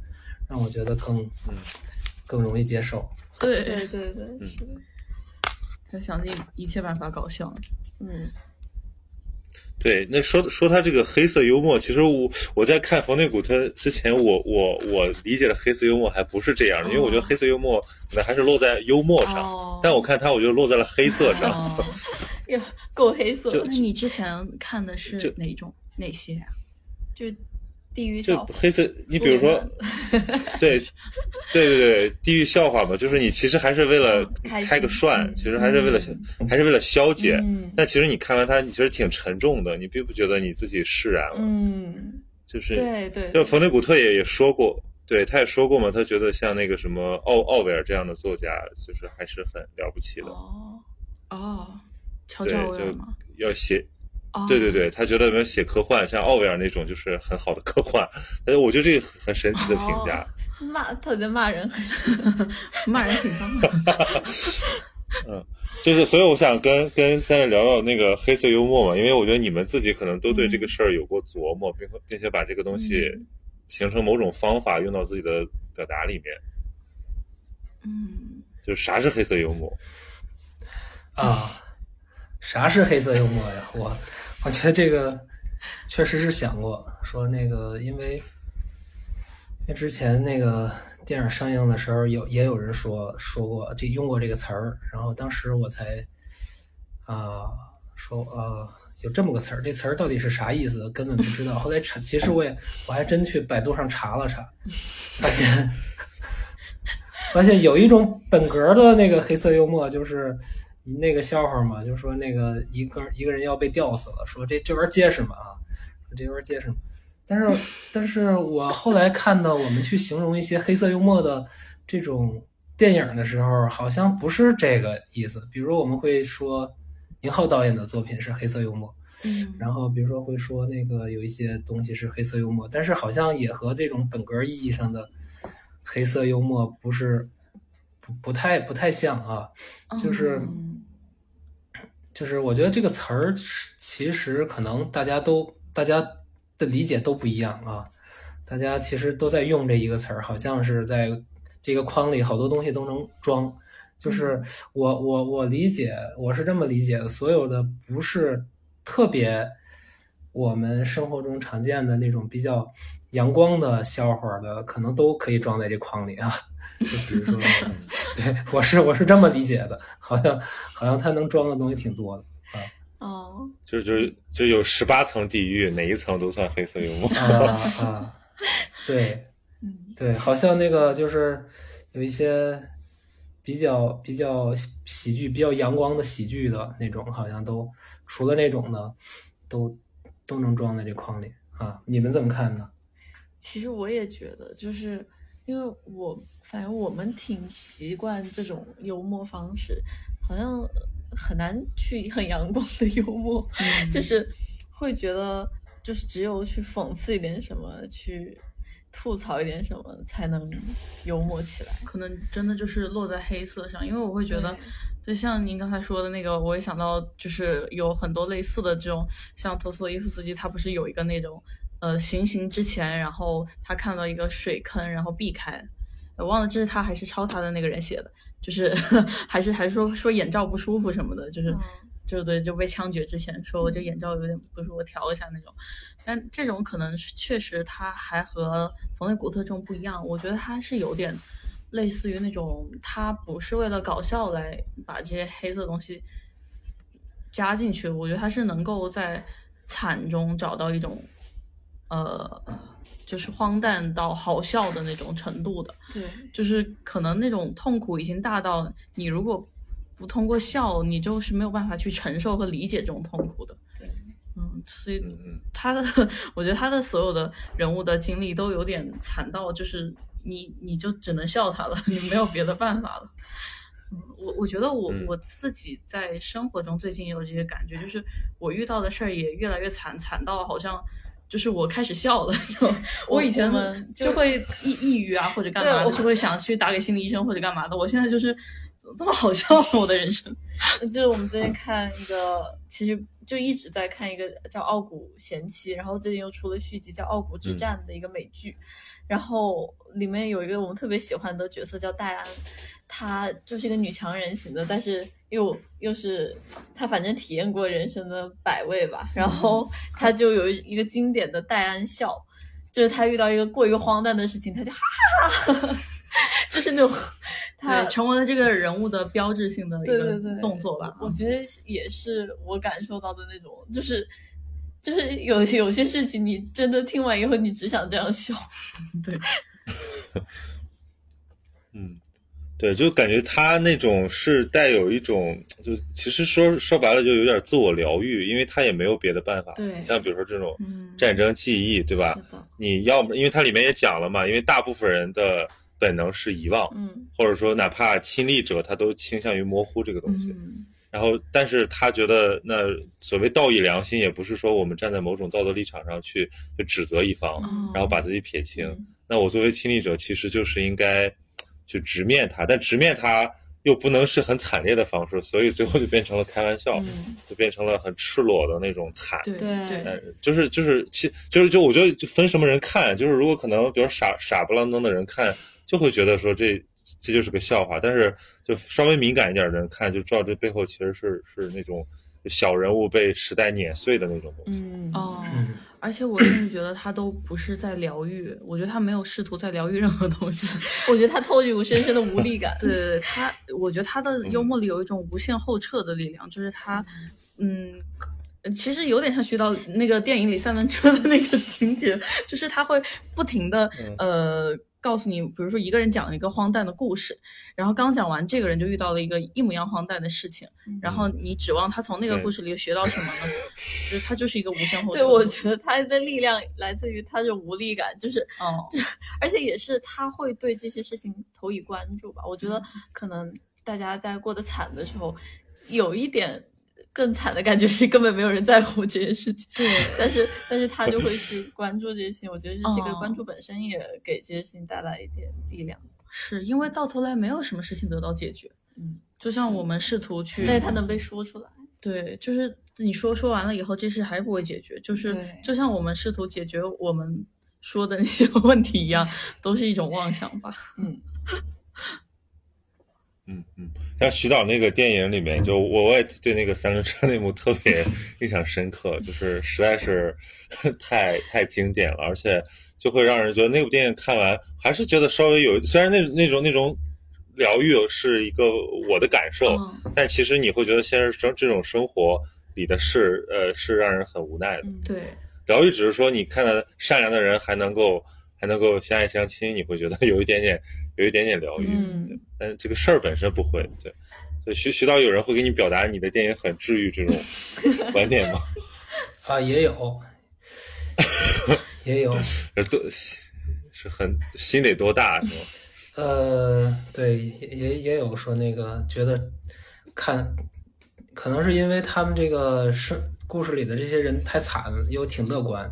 Speaker 4: 让我觉得更
Speaker 1: 嗯
Speaker 4: 更容易接受。
Speaker 2: 对，
Speaker 5: 对对
Speaker 2: 嗯
Speaker 5: 对，是的，
Speaker 2: 他想尽一切办法搞笑。
Speaker 5: 嗯，
Speaker 1: 对，那说说他这个黑色幽默，其实我我在看冯内古特之前，我我我理解的黑色幽默还不是这样的，因为我觉得黑色幽默可能还是落在幽默上，
Speaker 2: 哦
Speaker 1: 但我看他我就落在了黑色上。
Speaker 2: 哦，
Speaker 5: 哟，够黑色
Speaker 1: 就
Speaker 5: 的，
Speaker 2: 那你之前看的是
Speaker 1: 就
Speaker 2: 哪种哪些啊呀？
Speaker 5: 就地 狱
Speaker 1: 就
Speaker 5: 笑话，
Speaker 1: 黑色，你比如说，对，对对对，地狱笑话嘛，就是你其实还是为了
Speaker 2: 哦
Speaker 5: 开心
Speaker 1: 开个涮，其实还是为了还是为了消解。
Speaker 2: 嗯
Speaker 1: 但其实你看完它，你其实挺沉重的，你并不觉得你自己释然了。
Speaker 2: 嗯，
Speaker 1: 就是
Speaker 5: 对对，
Speaker 1: 就冯内古特也也说过，对，他也说过嘛，他觉得像那个什么奥奥维尔这样的作家，就是还是很了不起的。
Speaker 2: 哦哦，乔
Speaker 1: 对
Speaker 2: 乔威尔
Speaker 1: 就
Speaker 2: 吗？
Speaker 1: 要写，
Speaker 2: 哦，
Speaker 1: 对对对，他觉得没有写科幻，像奥维尔那种就是很好的科幻。但是我觉得这个很神奇的评
Speaker 2: 哦
Speaker 1: 价。
Speaker 5: 骂特别骂人，
Speaker 2: 骂人挺脏的。
Speaker 1: 就是，所以我想跟跟三位聊聊那个黑色幽默嘛，因为我觉得你们自己可能都对
Speaker 2: 嗯
Speaker 1: 这个事儿有过琢磨，并、并且把这个东西形成某种方法用到自己的表达里面。
Speaker 2: 嗯，
Speaker 1: 就是啥是黑色幽默？
Speaker 4: 啊，啥是黑色幽默呀？我我觉得这个确实是想过，说那个因为因为之前那个电影上映的时候有也有人说说过这用过这个词儿，然后当时我才啊说啊有这么个词儿，这词儿到底是啥意思根本不知道。后来查，其实我也我还真去百度上查了查，发现。发现有一种本格的那个黑色幽默，就是那个笑话嘛，就说那个一个一个人要被吊死了，说这这玩意儿结实吗？啊，说这玩意儿结实吗？但是， 但是我后来看到我们去形容一些黑色幽默的这种电影的时候，好像不是这个意思。比如我们会说宁浩导演的作品是黑色幽默，
Speaker 5: 嗯
Speaker 2: 嗯
Speaker 4: 然后比如说会说那个有一些东西是黑色幽默，但是好像也和这种本格意义上的黑色幽默不是不不太不太像啊，就是。
Speaker 2: 嗯
Speaker 4: 就是我觉得这个词儿是其实可能大家都大家的理解都不一样啊，大家其实都在用这一个词儿，好像是在这个框里好多东西都能装。就是我我我理解，我是这么理解的，所有的不是特别我们生活中常见的那种比较阳光的笑话的，可能都可以装在这框里啊。就比如说， 对我是我是这么理解的，好像好像它能装的东西挺多的。。
Speaker 5: 哦，
Speaker 1: 就就
Speaker 2: 嗯
Speaker 1: 就有十八层地狱，哪一层都算黑色幽默
Speaker 4: 啊啊，对，对，好像那个就是有一些比较比较喜剧、比较阳光的喜剧的那种，好像都除了那种的，都都能装在这框里啊。你们怎么看呢？
Speaker 5: 其实我也觉得，就是因为我反正我们挺习惯这种幽默方式，好像很难去很阳光的幽默，
Speaker 2: 嗯
Speaker 5: 就是会觉得就是只有去讽刺一点什么，去吐槽一点什么，才能幽默起来。
Speaker 2: 可能真的就是落在黑色上，因为我会觉得
Speaker 5: 对，
Speaker 2: 就像您刚才说的那个，我也想到，就是有很多类似的这种，像陀思妥耶夫斯基，他不是有一个那种，呃，行刑之前，然后他看到一个水坑，然后避开，我忘了这是他还是抄他的那个人写的，就是 还是还说说眼罩不舒服什么的，
Speaker 5: 哦
Speaker 2: 就是、就对就被枪决之前说我这眼罩有点不舒服，我调一下那种。但这种可能是确实它还和冯内古特这种不一样，我觉得它是有点类似于那种，它不是为了搞笑来把这些黑色东西加进去，我觉得它是能够在惨中找到一种呃，就是荒诞到好笑的那种程度的。
Speaker 5: 对，
Speaker 2: 就是可能那种痛苦已经大到你如果不通过笑，你就是没有办法去承受和理解这种痛苦的。
Speaker 8: 对，
Speaker 2: 嗯，所以
Speaker 1: 嗯嗯，
Speaker 2: 他的， 我觉得他的所有的人物的经历都有点惨到，就是你你就只能笑他了，你没有别的办法了。嗯，我我觉得我
Speaker 1: 嗯
Speaker 2: 我自己在生活中最近也有这些感觉，就是我遇到的事儿也越来越惨，惨到好像就是我开始笑了。 就我以前
Speaker 8: 我们就
Speaker 2: 就会抑抑郁啊，或者干嘛
Speaker 8: 对
Speaker 2: 的，
Speaker 8: 我
Speaker 2: 就会想去打给心理医生或者干嘛的。我现在就是怎么这么好笑啊呢？我的人生。
Speaker 5: 呃就是我们最近看一个，其实就一直在看一个叫《傲骨贤妻》，然后最近又出了续集叫《傲骨之战》的一个美剧，然后里面有一个我们特别喜欢的角色叫戴安，她就是一个女强人型的，但是又又是她反正体验过人生的百味吧，然后她就有一个经典的戴安笑，就是她遇到一个过于荒诞的事情，她就哈哈哈哈， 就是那种她
Speaker 2: 对，成为了这个人物的标志性的一
Speaker 5: 对
Speaker 2: 个
Speaker 5: 对对
Speaker 2: 动作吧。
Speaker 5: 我觉得也是我感受到的那种，就是就是有些有些事情，你真的听完以后，你只想这样笑。
Speaker 1: 嗯，对，就感觉他那种是带有一种，就其实说说白了就有点自我疗愈，因为他也没有别的办法。
Speaker 2: 对
Speaker 1: 像比如说这种
Speaker 2: 嗯
Speaker 1: 战争记忆，对吧？
Speaker 2: 的，
Speaker 1: 你要么，因为它里面也讲了嘛，因为大部分人的本能是遗忘，
Speaker 2: 嗯
Speaker 1: 或者说哪怕亲历者，他都倾向于模糊这个东西。
Speaker 2: 嗯，
Speaker 1: 然后，但是他觉得那所谓道义良心，也不是说我们站在某种道德立场上去就指责一方，
Speaker 2: 哦
Speaker 1: 然后把自己撇清。
Speaker 2: 嗯
Speaker 1: 那我作为亲历者，其实就是应该去直面他，但直面他又不能是很惨烈的方式，所以最后就变成了开玩笑，
Speaker 2: 嗯
Speaker 1: 就变成了很赤裸的那种惨。
Speaker 2: 对
Speaker 5: 对
Speaker 1: 呃，就是就是，其就是就我觉得就分什么人看，就是如果可能，比如傻傻不愣登的人看，就会觉得说这这就是个笑话，但是就稍微敏感一点的人看，就知道这背后其实是是那种小人物被时代碾碎的那种东西。
Speaker 5: 嗯
Speaker 2: 哦，
Speaker 4: 嗯，
Speaker 2: 而且我甚至觉得他都不是在疗愈，我觉得他没有试图在疗愈任何东西。
Speaker 5: 我觉得他透露深深的无力感。
Speaker 2: 对对对，他，我觉得他
Speaker 5: 嗯
Speaker 2: 的幽默里有一种无限后撤的力量，就是他，嗯。其实有点像徐导那个电影里三轮车的那个情节，就是他会不停的
Speaker 5: 嗯
Speaker 2: 呃告诉你，比如说一个人讲一个荒诞的故事，然后刚讲完，这个人就遇到了一个一模一样荒诞的事情，
Speaker 5: 嗯
Speaker 2: 然后你指望他从那个
Speaker 1: 对
Speaker 2: 故事里学到什么 呢？就是他就是一个无限后撤
Speaker 5: 对，
Speaker 2: 的
Speaker 5: 我
Speaker 2: 过程。
Speaker 5: 觉得他的力量来自于他的无力感，就是
Speaker 2: 哦，
Speaker 5: 而且也是他会对这些事情投以关注吧。我觉
Speaker 2: 嗯
Speaker 5: 得可能大家在过得惨的时候，有一点更惨的感觉是根本没有人在乎这些事情。对，但是但是他就会去关注这些事情。我觉得这是一个
Speaker 2: 哦
Speaker 5: 关注本身也给这些事情带来一点力量。
Speaker 2: 是因为到头来没有什么事情得到解决，
Speaker 5: 嗯，
Speaker 2: 就像我们试图去，
Speaker 5: 但是他能被说出来，
Speaker 2: 对，就是你说说完了以后，这事还不会解决，就是
Speaker 5: 对
Speaker 2: 就像我们试图解决我们说的那些 问题一样，都是一种妄想吧。
Speaker 1: 嗯嗯，像徐导那个电影里面，就我我也对那个三轮车那幕特别印象深刻，就是实在是 太太经典了，而且就会让人觉得那部电影看完还是觉得稍微有，虽然那那种那种疗愈是一个我的感受，
Speaker 2: 嗯，
Speaker 1: 但其实你会觉得现实生这种生活里的事，呃，是让人很无奈的。
Speaker 5: 嗯，
Speaker 2: 对，
Speaker 1: 疗愈只是说你看到善良的人还能够还能够相爱相亲，你会觉得有一点点有一点点疗愈，
Speaker 2: 嗯
Speaker 1: 对但这个事儿本身不会。对，所以徐徐导有人会给你表达你的电影很治愈这种观点吗？
Speaker 4: 啊，也有，也有，
Speaker 1: 呃多是很心得多大是吗？
Speaker 4: 呃，对，也也也有说那个觉得看，可能是因为他们这个是故事里的这些人太惨，又挺乐观，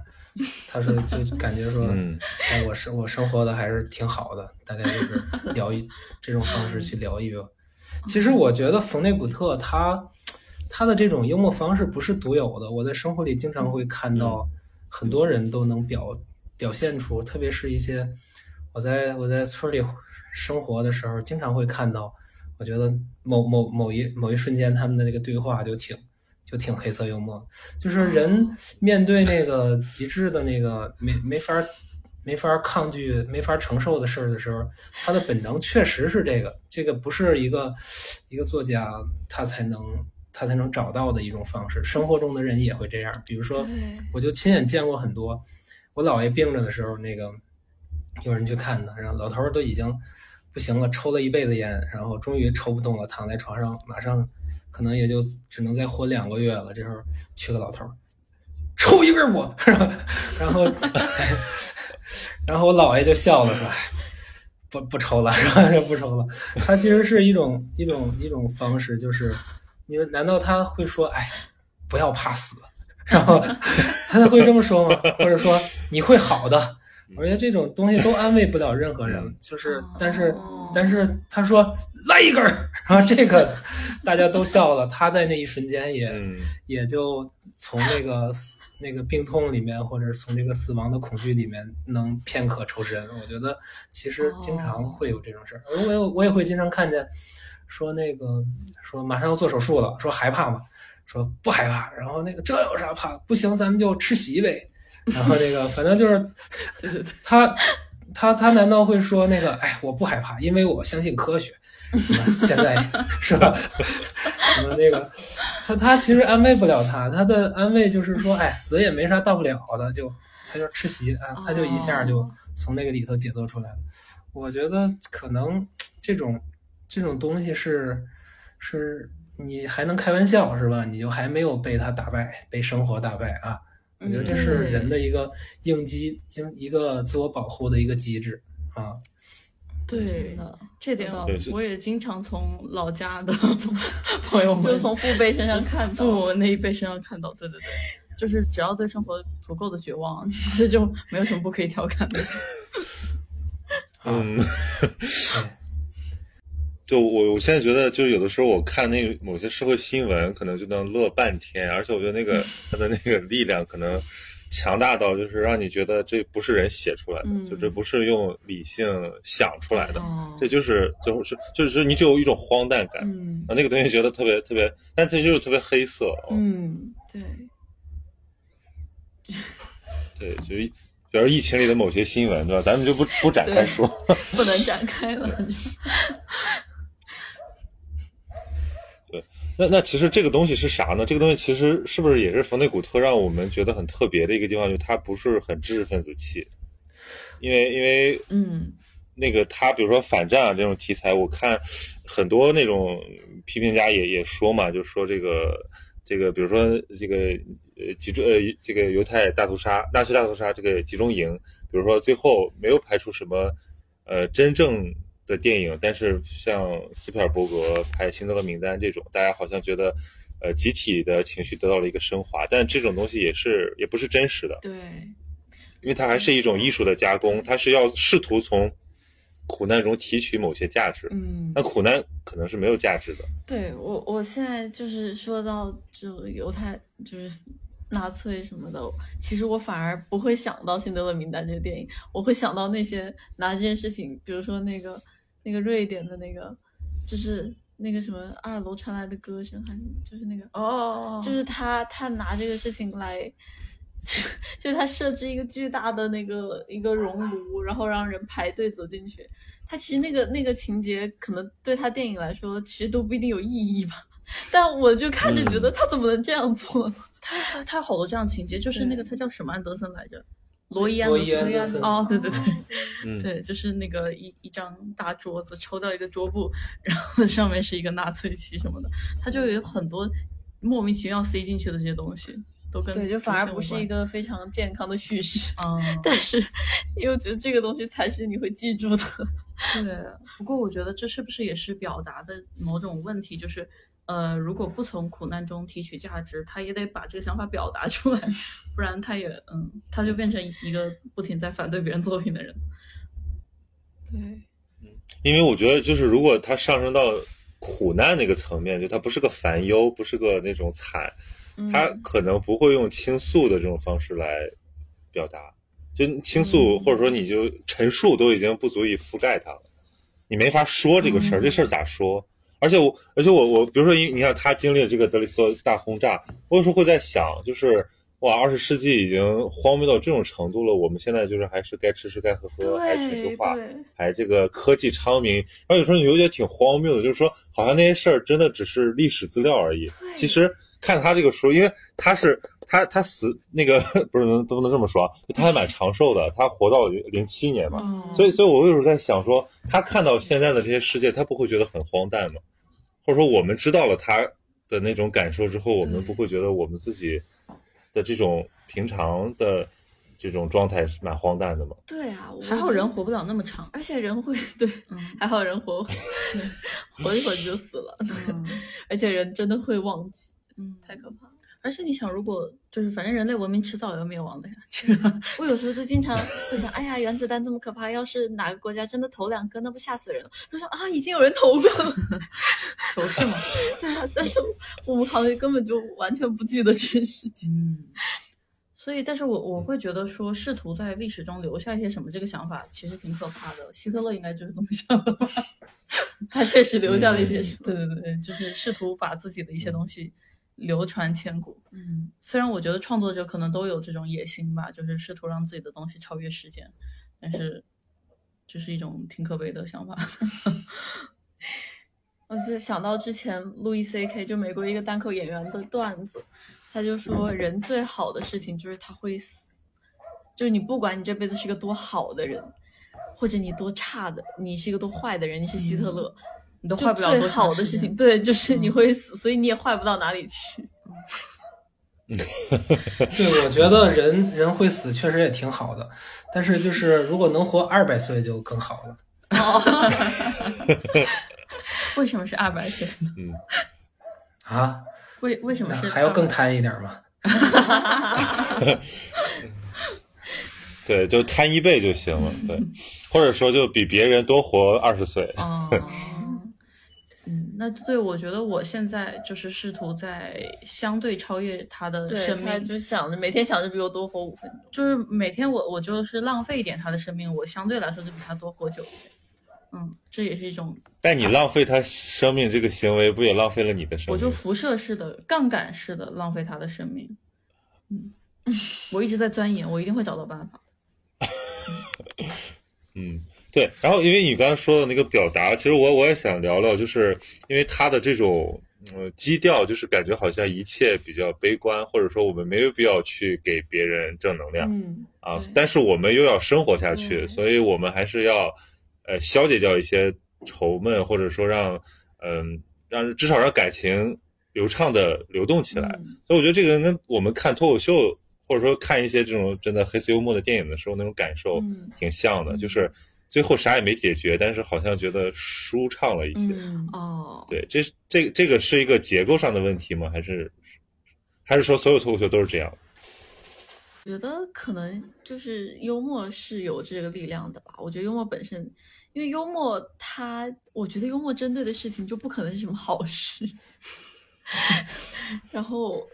Speaker 4: 他说就感觉说，
Speaker 1: 嗯
Speaker 4: 哎，我生我生活的还是挺好的，大概就是疗愈这种方式去疗愈吧。其实我觉得冯内古特他他的这种幽默方式不是独有的，我在生活里经常会看到很多人都能表表现出，特别是一些我在我在村里生活的时候，经常会看到，我觉得某某某一某一瞬间他们的那个对话就挺就挺黑色幽默，就是人面对那个极致的那个没没法没法抗拒、没法承受的事儿的时候，他的本能确实是这个，这个不是一个一个作家他才能他才能找到的一种方式。生活中的人也会这样，比如说，我就亲眼见过很多，我姥爷病着的时候，那个有人去看他，然后老头儿都已经不行了，抽了一辈子烟，然后终于抽不动了，躺在床上，马上可能也就只能再活两个月了。这时候去个老头儿，抽一根 我，然后 然后我姥爷就笑了，说。哎不不抽了， 然后就不抽了。他其实是一种一种一种方式，就是你难道他会说，哎，不要怕死，然后他会这么说吗？ 或者说你会好的？我觉得这种东西都安慰不了任何人。就是，但是但是他说来一根儿，然后这个大家都笑了。他在那一瞬间也、
Speaker 1: 嗯、
Speaker 4: 也就从那个那个病痛里面，或者从这个死亡的恐惧里面，能片刻抽身。我觉得其实经常会有这种事儿，而我也我也会经常看见，说那个说马上要做手术了，说害怕吗？说不害怕。然后那个这有啥怕？不行，咱们就吃席呗。然后那个反正就是他他他难道会说那个哎我不害怕，因为我相信科学。现在是吧？什么那个，他他其实安慰不了他，他的安慰就是说，哎，死也没啥大不了的，就他就吃席啊，他就一下就从那个里头解脱出来了。我觉得可能这种这种东西是是你还能开玩笑是吧？你就还没有被他打败，被生活打败啊！我觉得这是人的一个应激应一个自我保护的一个机制啊。
Speaker 5: 对，这点我也经常从老家的
Speaker 2: 朋友们，
Speaker 5: 就从父辈身上看到，
Speaker 2: 父母那一辈身上看到，对对对，就是只要对生活足够的绝望，其实就没有什么不可以调侃的。
Speaker 1: 嗯，就我我现在觉得，就是有的时候我看那个某些社会新闻，可能就能乐半天，而且我觉得那 个他的那个力量可能。强大到就是让你觉得这不是人写出来的，嗯、就这不是用理性想出来的，哦、这就是就是就是你只有一种荒诞感，
Speaker 5: 嗯、
Speaker 1: 啊，那个东西觉得特别特别，但它就是特别黑色、哦，
Speaker 5: 嗯，对，
Speaker 1: 对，就比如疫情里的某些新闻，对吧？咱们就不不展开说，
Speaker 5: 不能展开了。
Speaker 1: 那那其实这个东西是啥呢？这个东西其实是不是也是冯内古特让我们觉得很特别的一个地方？就是它不是很知识分子气，因为因为
Speaker 5: 嗯，
Speaker 1: 那个他比如说反战啊这种题材，我看很多那种批评家也也说嘛，就说这个这个比如说这个呃集中呃这个犹太大屠杀、纳粹大屠杀这个集中营，比如说最后没有拍出什么呃真正。的电影，但是像斯皮尔伯格拍《辛德勒名单》这种，大家好像觉得，呃，集体的情绪得到了一个升华，但这种东西也是也不是真实的，
Speaker 5: 对，
Speaker 1: 因为它还是一种艺术的加工，它是要试图从苦难中提取某些价值，
Speaker 5: 嗯，
Speaker 1: 那苦难可能是没有价值的。
Speaker 5: 对我，我现在就是说到就犹太就是纳粹什么的，其实我反而不会想到《辛德勒名单》这个电影，我会想到那些拿这件事情，比如说那个。那个瑞典的那个，就是那个什么二楼传来的歌声，还是就是那个
Speaker 2: 哦，
Speaker 5: 就是他他拿这个事情来，就就是他设置一个巨大的那个一个熔炉，然后让人排队走进去。他其实那个那个情节可能对他电影来说其实都不一定有意义吧，但我就看着觉
Speaker 1: 嗯
Speaker 5: 得他怎么能这样做呢？
Speaker 2: 他他他好多这样情节，就是那个他叫什么安德森来着？罗伊安
Speaker 4: 德森
Speaker 5: 哦，对对对，
Speaker 1: 嗯、
Speaker 5: 对，就是那个一一张大桌子抽掉一个桌布，然后上面是一个纳粹旗什么的，它就有很多莫名其妙塞进去的这些东西，都跟
Speaker 2: 对，就反而不是一个非常健康的叙 事
Speaker 5: 啊。嗯、
Speaker 2: 但是你又觉得这个东西才是你会记住的。
Speaker 5: 对，不过我觉得这是不是也是表达的某种问题，就是。呃，如果不从苦难中提取价值，他也得把这个想法表达出来，不然他也嗯，他就变成一个不停在反对别人作品的人。
Speaker 2: 对，
Speaker 1: 嗯，因为我觉得就是如果他上升到苦难那个层面，就他不是个烦忧，不是个那种惨，
Speaker 5: 嗯
Speaker 1: 他可能不会用倾诉的这种方式来表达，就倾诉、
Speaker 5: 嗯、
Speaker 1: 或者说你就陈述都已经不足以覆盖它了，你没法说这个事儿，
Speaker 5: 嗯、
Speaker 1: 这事儿咋说？而且我，而且我，我比如说，你你看他经历了这个德累斯顿大轰炸，我有时候会在想，就是哇，二十世纪已经荒谬到这种程度了，我们现在就是还是该吃吃该喝喝，还全球化，还这个科技昌明。然后有时候你又觉得挺荒谬的，就是说好像那些事儿真的只是历史资料而已，其实。看他这个书，因为他是他他死那个 不是能能不能这么说啊？他还蛮长寿的，他活到零七年嘛，
Speaker 5: 嗯
Speaker 1: 所以所以我有时候在想说，他看到现在的这些世界，他不会觉得很荒诞吗？或者说我们知道了他的那种感受之后，我们不会觉得我们自己的这种平常的这种状态是蛮荒诞的吗？
Speaker 5: 对啊，我
Speaker 2: 还好人活不了那么长。
Speaker 5: 而且人会 对，
Speaker 2: 嗯
Speaker 5: 还好人活 活一会儿就死了， 而且人真的会忘记，
Speaker 2: 嗯，
Speaker 5: 太可怕了。
Speaker 2: 而且你想，如果就是反正人类文明迟早要灭亡的呀，这个
Speaker 5: 我有时候就经常会想，哎呀，原子弹这么可怕，要是哪个国家真的投两颗，那不吓死人了？就说啊，已经有人投过了，
Speaker 2: 仇视嘛。
Speaker 5: 对啊，但是我们好像根本就完全不记得这件事情。
Speaker 2: 嗯， 所以，但是我我会觉得说，试图在历史中留下一些什么这个想法，其实挺可怕的。希特勒应该就是这么想的吧？
Speaker 5: 他确实留下了一些
Speaker 1: 嗯
Speaker 5: 什么
Speaker 2: 对，对对，就是试图把自己的一些东西流传千古。
Speaker 5: 嗯，
Speaker 2: 虽然我觉得创作者可能都有这种野心吧，就是试图让自己的东西超越时间，但是这是一种挺可悲的想法。
Speaker 5: 我就想到之前路易 C K 就美国一个单口演员的段子，他就说人最好的事情就是他会死，就是你不管你这辈子是个多好的人，或者你多差的，你是一个多坏的人，你是希特勒，
Speaker 2: 你都
Speaker 5: 就
Speaker 2: 嗯坏不了多
Speaker 5: 最
Speaker 2: 长
Speaker 5: 好的事
Speaker 2: 间
Speaker 5: 情，。对，就是你
Speaker 2: 嗯
Speaker 5: 会死，所以你也坏不到哪里去。
Speaker 4: 对，我觉得人人会死确实也挺好的，但是就是如果能活二百岁就更好了。
Speaker 2: 为什么是二百岁？
Speaker 1: 嗯，
Speaker 4: 啊，
Speaker 2: 为为什么
Speaker 4: 那
Speaker 2: 是
Speaker 4: 还要更
Speaker 2: 200
Speaker 4: 贪一点嘛？
Speaker 1: 对，就贪一倍就行了， 对，或者说就比别人多活二十岁，
Speaker 2: 哦， 嗯，那对，我觉得我现在就是试图在相对超越他的
Speaker 5: 对
Speaker 2: 生，
Speaker 5: 他
Speaker 2: 命，
Speaker 5: 就想着每天想着比我多活五分钟。
Speaker 2: 就是每天我我就是浪费一点他的生命，我相对来说就比他多活久一点。嗯，这也是一种，
Speaker 1: 但你浪费他生命这个行为，不也浪费了你的生
Speaker 2: 我
Speaker 1: 命？
Speaker 2: 就辐射式的、杠杆式的浪费他的生命。嗯，我一直在钻研，我一定会找到办法。
Speaker 1: 嗯，对。然后因为你刚刚说的那个表达，其实我我也想聊聊，就是因为他的这种呃基调，就是感觉好像一切比较悲观，或者说我们没有必要去给别人正能量、
Speaker 5: 嗯，
Speaker 1: 啊
Speaker 5: 对，嗯
Speaker 1: 但是我们又要生活下
Speaker 5: 对
Speaker 1: 去，所以我们还是要呃消解掉一些愁闷，或者说让嗯、让至少让感情流畅的流动起来。
Speaker 5: 嗯
Speaker 1: 所以我觉得这个跟我们看脱口秀，或者说看一些这种真的黑色幽默的电影的时候那种感受
Speaker 5: 嗯
Speaker 1: 挺像的，就是最后啥也没解决，但是好像觉得舒畅了一些。
Speaker 5: 嗯哦，
Speaker 1: 对，这是这这个是一个结构上的问题吗？还是还是说所有脱口秀都是这样？
Speaker 5: 我觉得可能就是幽默是有这个力量的吧。我觉得幽默本身，因为幽默它，我觉得幽默针对的事情就不可能是什么好事。 然后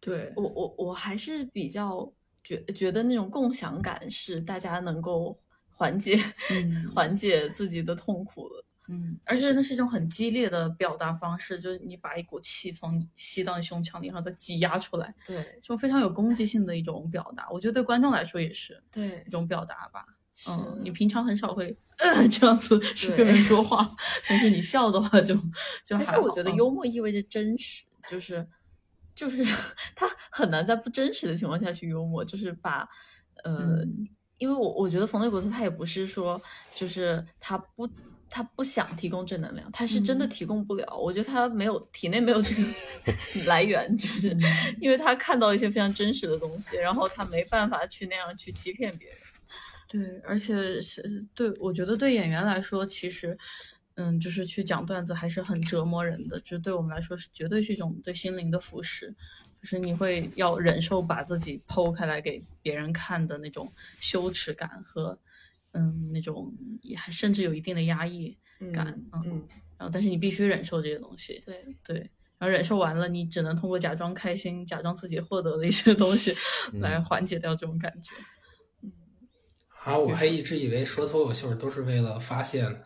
Speaker 2: 对，
Speaker 5: 我我我还是比较觉觉得那种共享感是大家能够缓解、
Speaker 2: 嗯
Speaker 5: 缓解自己的痛苦的。
Speaker 2: 嗯，而且那是一种很激烈的表达方式，就是你把一股气从你吸到你胸腔里，然后再挤压出来，
Speaker 5: 对
Speaker 2: 这种非常有攻击性的一种表达。我觉得对观众来说也是
Speaker 5: 对
Speaker 2: 一，种表达吧。嗯，
Speaker 5: 是
Speaker 2: 你平常很少会、呃这样子是
Speaker 5: 对
Speaker 2: 跟人说话，但是你笑的话就就还
Speaker 5: 而且
Speaker 2: 好
Speaker 5: 我觉得
Speaker 2: 嗯
Speaker 5: 幽默意味着真实，就是就是 他很难在不真实的情况下去幽默，就是把呃，
Speaker 2: 嗯
Speaker 5: 因为我我觉得冯内果他他也不是说就是他不。他不想提供正能量，他是真的
Speaker 2: 嗯
Speaker 5: 提供不了。我觉得他没有体内没有 这个来源，就是
Speaker 2: 嗯
Speaker 5: 因为他看到一些非常真实的东西，然后他没办法去那样去欺骗别人。
Speaker 2: 对，而且是对，我觉得对演员来说，其实，嗯，就是去讲段子还是很折磨人的，就是对我们来说是绝对是一种对心灵的腐蚀，就是你会要忍受把自己剖开来给别人看的那种羞耻感和，嗯，那种也还甚至有一定的压抑感，嗯，
Speaker 5: 嗯，
Speaker 2: 然后但是你必须忍受这些东西，
Speaker 5: 对，
Speaker 2: 对，然后忍受完了，你只能通过假装开心，假装自己获得了一些东西，
Speaker 1: 嗯
Speaker 2: 来缓解掉这种感觉。
Speaker 4: 啊，我还一直以为说脱口秀都是为了发泄呢，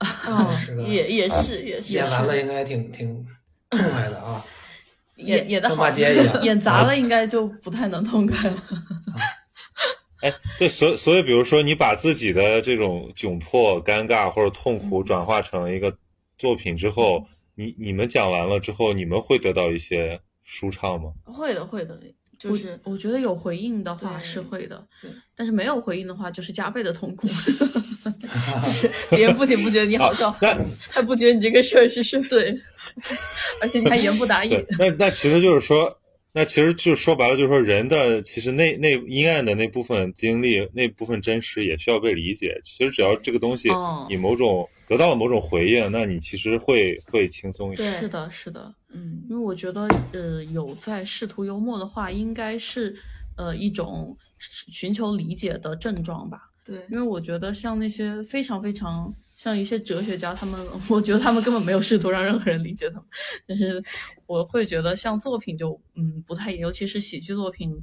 Speaker 5: 哦
Speaker 4: 是个，
Speaker 5: 也也是也是
Speaker 4: 演完了应该挺挺痛快的啊，
Speaker 5: 演演的
Speaker 4: 像
Speaker 5: 好
Speaker 4: 骂，街一 样。
Speaker 2: 演砸了应该就不太能痛快了。
Speaker 1: 哎，对，所以所以比如说你把自己的这种窘迫、尴尬或者痛苦转化成一个作品之后，你你们讲完了之后，你们会得到一些舒畅吗？
Speaker 5: 会的，会的，就是
Speaker 2: 我觉得有回应的话
Speaker 5: 对
Speaker 2: 是会的，
Speaker 5: 对
Speaker 2: 但是没有回应的话就是加倍的痛苦， 就是别人不仅不觉得你好笑，
Speaker 1: 啊那
Speaker 2: 还不觉得你这个事儿是是对， 而且你还言不达意。
Speaker 1: 对，那那其实就是说，那其实就说白了，就是说人的其实那那阴暗的那部分经历，那部分真实也需要被理解。其实只要这个东西
Speaker 2: 哦
Speaker 1: 你某种、得到了某种回应，那你其实会会轻松一些。
Speaker 2: 是的，是的，
Speaker 5: 嗯
Speaker 2: 因为我觉得，呃，有在试图幽默的话，应该是，呃，一种寻求理解的症状吧。
Speaker 5: 对
Speaker 2: 因为我觉得像那些非常非常像一些哲学家，他们我觉得他们根本没有试图让任何人理解他们，但是我会觉得像作品就嗯不太一样，尤其是喜剧作品，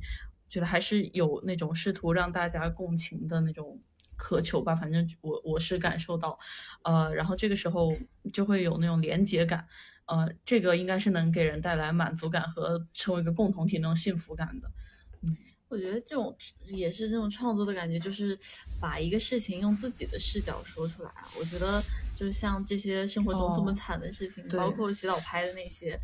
Speaker 2: 觉得还是有那种试图让大家共情的那种渴求吧。反正我我是感受到，呃，然后这个时候就会有那种连结感。呃，这个应该是能给人带来满足感和成为一个共同体那种幸福感的。嗯
Speaker 5: 我觉得这种也是这种创作的感觉，就是把一个事情用自己的视角说出来啊。我觉得就是像这些生活中这么
Speaker 2: 哦
Speaker 5: 惨的事情，
Speaker 2: 对
Speaker 5: 包括徐导拍的那些，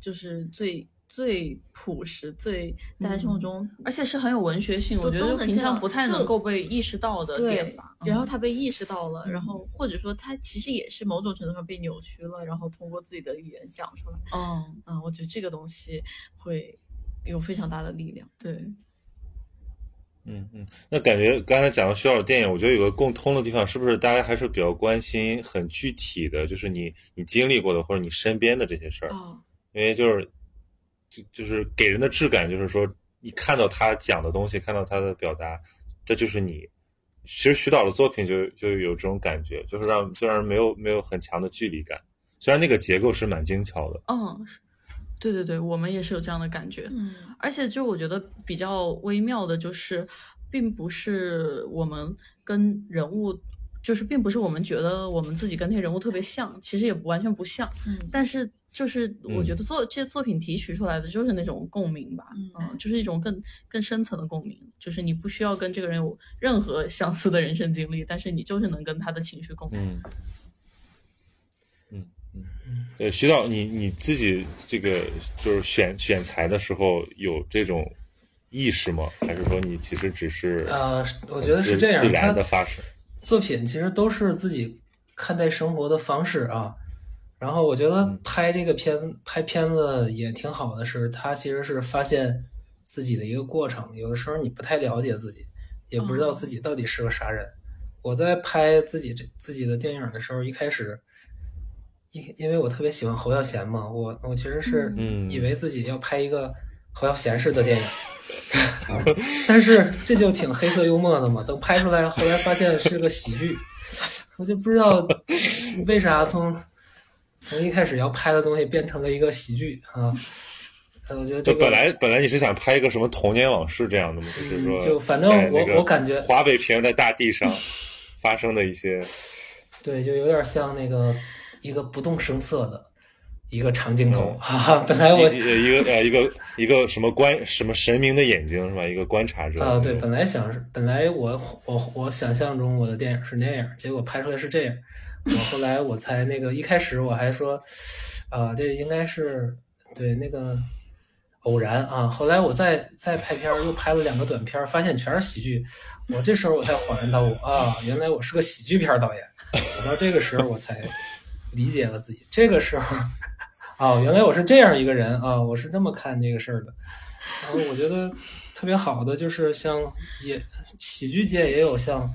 Speaker 5: 就是最最朴实、最大家生活
Speaker 2: 嗯
Speaker 5: 中
Speaker 2: 而且是很有文学性，我
Speaker 5: 都
Speaker 2: 觉
Speaker 5: 都
Speaker 2: 得
Speaker 5: 能
Speaker 2: 平
Speaker 5: 见
Speaker 2: 常
Speaker 5: 到
Speaker 2: 不太
Speaker 5: 就
Speaker 2: 能够被意识到的点
Speaker 5: 对
Speaker 2: 吧。，
Speaker 5: 然后
Speaker 2: 嗯
Speaker 5: 他被意识到了，然
Speaker 2: 嗯
Speaker 5: 后或者说他其实也是某种程度上被扭曲了，然后通过自己的语言讲出来。
Speaker 2: 嗯，
Speaker 5: 嗯，我觉得这个东西会有非常大的力量。
Speaker 2: 对，
Speaker 1: 嗯嗯，那感觉刚才讲到学校的电影，我觉得有个共通的地方，是不是大家还是比较关心很具体的，就是你你经历过的或者你身边的这些事儿，
Speaker 5: 哦，
Speaker 1: 因为就是就就是给人的质感，就是说一看到他讲的东西，看到他的表达，这就是你。其实徐导的作品就就有这种感觉，就是让虽然没有没有很强的距离感，虽然那个结构是蛮精巧的，
Speaker 2: 嗯，是对对对，我们也是有这样的感觉。
Speaker 5: 嗯，
Speaker 2: 而且就我觉得比较微妙的就是，并不是我们跟人物，就是并不是我们觉得我们自己跟那些人物特别像，其实也不完全不像，
Speaker 5: 嗯
Speaker 2: 但是就是我
Speaker 1: 嗯
Speaker 2: 觉得作、这些作品提取出来的就是那种共鸣吧，
Speaker 5: 嗯
Speaker 2: 就是一种更更深层的共鸣，就是你不需要跟这个人有任何相似的人生经历，但是你就是能跟他的情绪共鸣。
Speaker 1: 嗯，嗯嗯，对，徐导，你你自己这个就是选选材的时候有这种意识吗？还是说你其实只是
Speaker 4: 呃，我觉得是
Speaker 1: 自
Speaker 4: 这
Speaker 1: 自
Speaker 4: 样，
Speaker 1: 然
Speaker 4: 他
Speaker 1: 的发生？
Speaker 4: 作品其实都是自己看待生活的方式啊。然后我觉得拍这个片
Speaker 5: 嗯
Speaker 4: 拍片子也挺好的是，他其实是发现自己的一个过程。有的时候你不太了解自己，也不知道自己到底是个啥人。我在拍自己这自己的电影的时候，一开始，因因为我特别喜欢侯孝贤嘛，我我其实是
Speaker 1: 嗯
Speaker 4: 以为自己要拍一个侯孝贤式的电影，但是这就挺黑色幽默的嘛。等拍出来，后来发现是个喜剧，我就不知道为啥从从一开始要拍的东西变成了一个喜剧啊。呃，我觉得这
Speaker 1: 就
Speaker 4: 个嗯
Speaker 1: 本来本来你是想拍一个什么童年往事这样的吗？就是说，
Speaker 4: 就反正我我感觉
Speaker 1: 华北平原的大地上发生的一 些，
Speaker 4: 对，就有点像那个一个不动声色的一个长镜头，哈哈。 本来
Speaker 1: 一
Speaker 4: 哎我
Speaker 1: 一一个呃一个一个什么观什么神明的眼睛是吧？一个观察者嗯
Speaker 4: 啊，
Speaker 1: 那
Speaker 4: 对，
Speaker 1: 种
Speaker 4: 本来想是本来我我我想象中我的电影是那样，结果拍出来是这样。我后来我才那个一开始我还说，啊、这应该是对那个偶然啊。后来我再再拍片儿，又拍了两个短片儿，发现全是喜剧。我这时候我才恍然大悟啊，原来我是个喜剧片儿导演。我到这个时候我才理解了自己，这个时候 啊，原来我是这样一个人啊，我是这么看这个事儿的。然后我觉得特别好的就是像也喜剧界也有像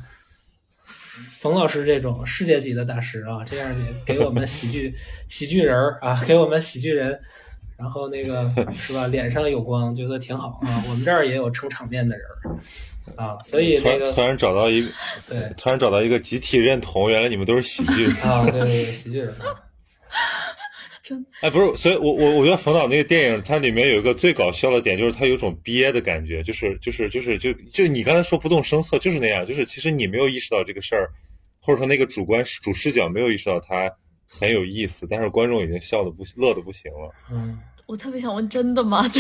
Speaker 4: 冯老师这种世界级的大师啊，这样也给我们喜剧喜剧人儿啊，给我们喜剧人，然后那个是吧，脸上有光，觉得挺好啊。我们这儿也有撑场面的人儿啊，所以
Speaker 1: 突
Speaker 4: 那
Speaker 1: 然
Speaker 4: 个
Speaker 1: 突然找到一个
Speaker 4: 对
Speaker 1: 突然找到一个集体认同，原来你们都是喜剧。
Speaker 4: 啊，对对对，喜剧人儿。
Speaker 1: 哎，不是，所以我我我觉得冯导那个电影，它里面有一个最搞笑的点，就是它有一种憋的感觉，就是就是就是就就你刚才说不动声色，就是那样，就是其实你没有意识到这个事儿，或者说那个主观主视角没有意识到它很有意思，但是观众已经笑的不乐的不行了。
Speaker 4: 嗯，
Speaker 5: 我特别想问，真的吗？ 这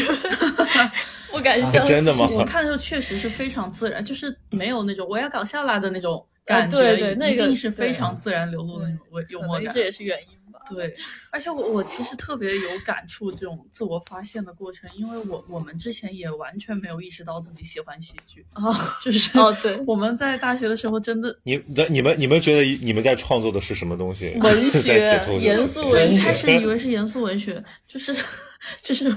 Speaker 5: 不敢
Speaker 4: 啊
Speaker 5: 相信。
Speaker 1: 真的吗
Speaker 2: 我看的时候确实是非常自然，就是没有那种我要搞啊笑啦的那种感觉，
Speaker 5: 对对那个
Speaker 2: 一定是非常自然流露的那种幽
Speaker 5: 可
Speaker 2: 默
Speaker 5: 能
Speaker 2: 感啊
Speaker 5: 这。也是原因吧。
Speaker 2: 对，而且我我其实特别有感触这种自我发现的过程，因为我我们之前也完全没有意识到自己喜欢喜剧啊， 就是
Speaker 5: 哦对，
Speaker 2: 我们在大学的时候真的
Speaker 1: 你那你们你们觉得你们在创作的是什么东 西？
Speaker 2: 文
Speaker 1: 在写
Speaker 2: 学
Speaker 1: 作文
Speaker 2: 严肃，
Speaker 4: 文
Speaker 2: 一
Speaker 4: 学
Speaker 2: 开始以为是严肃文学，就是就是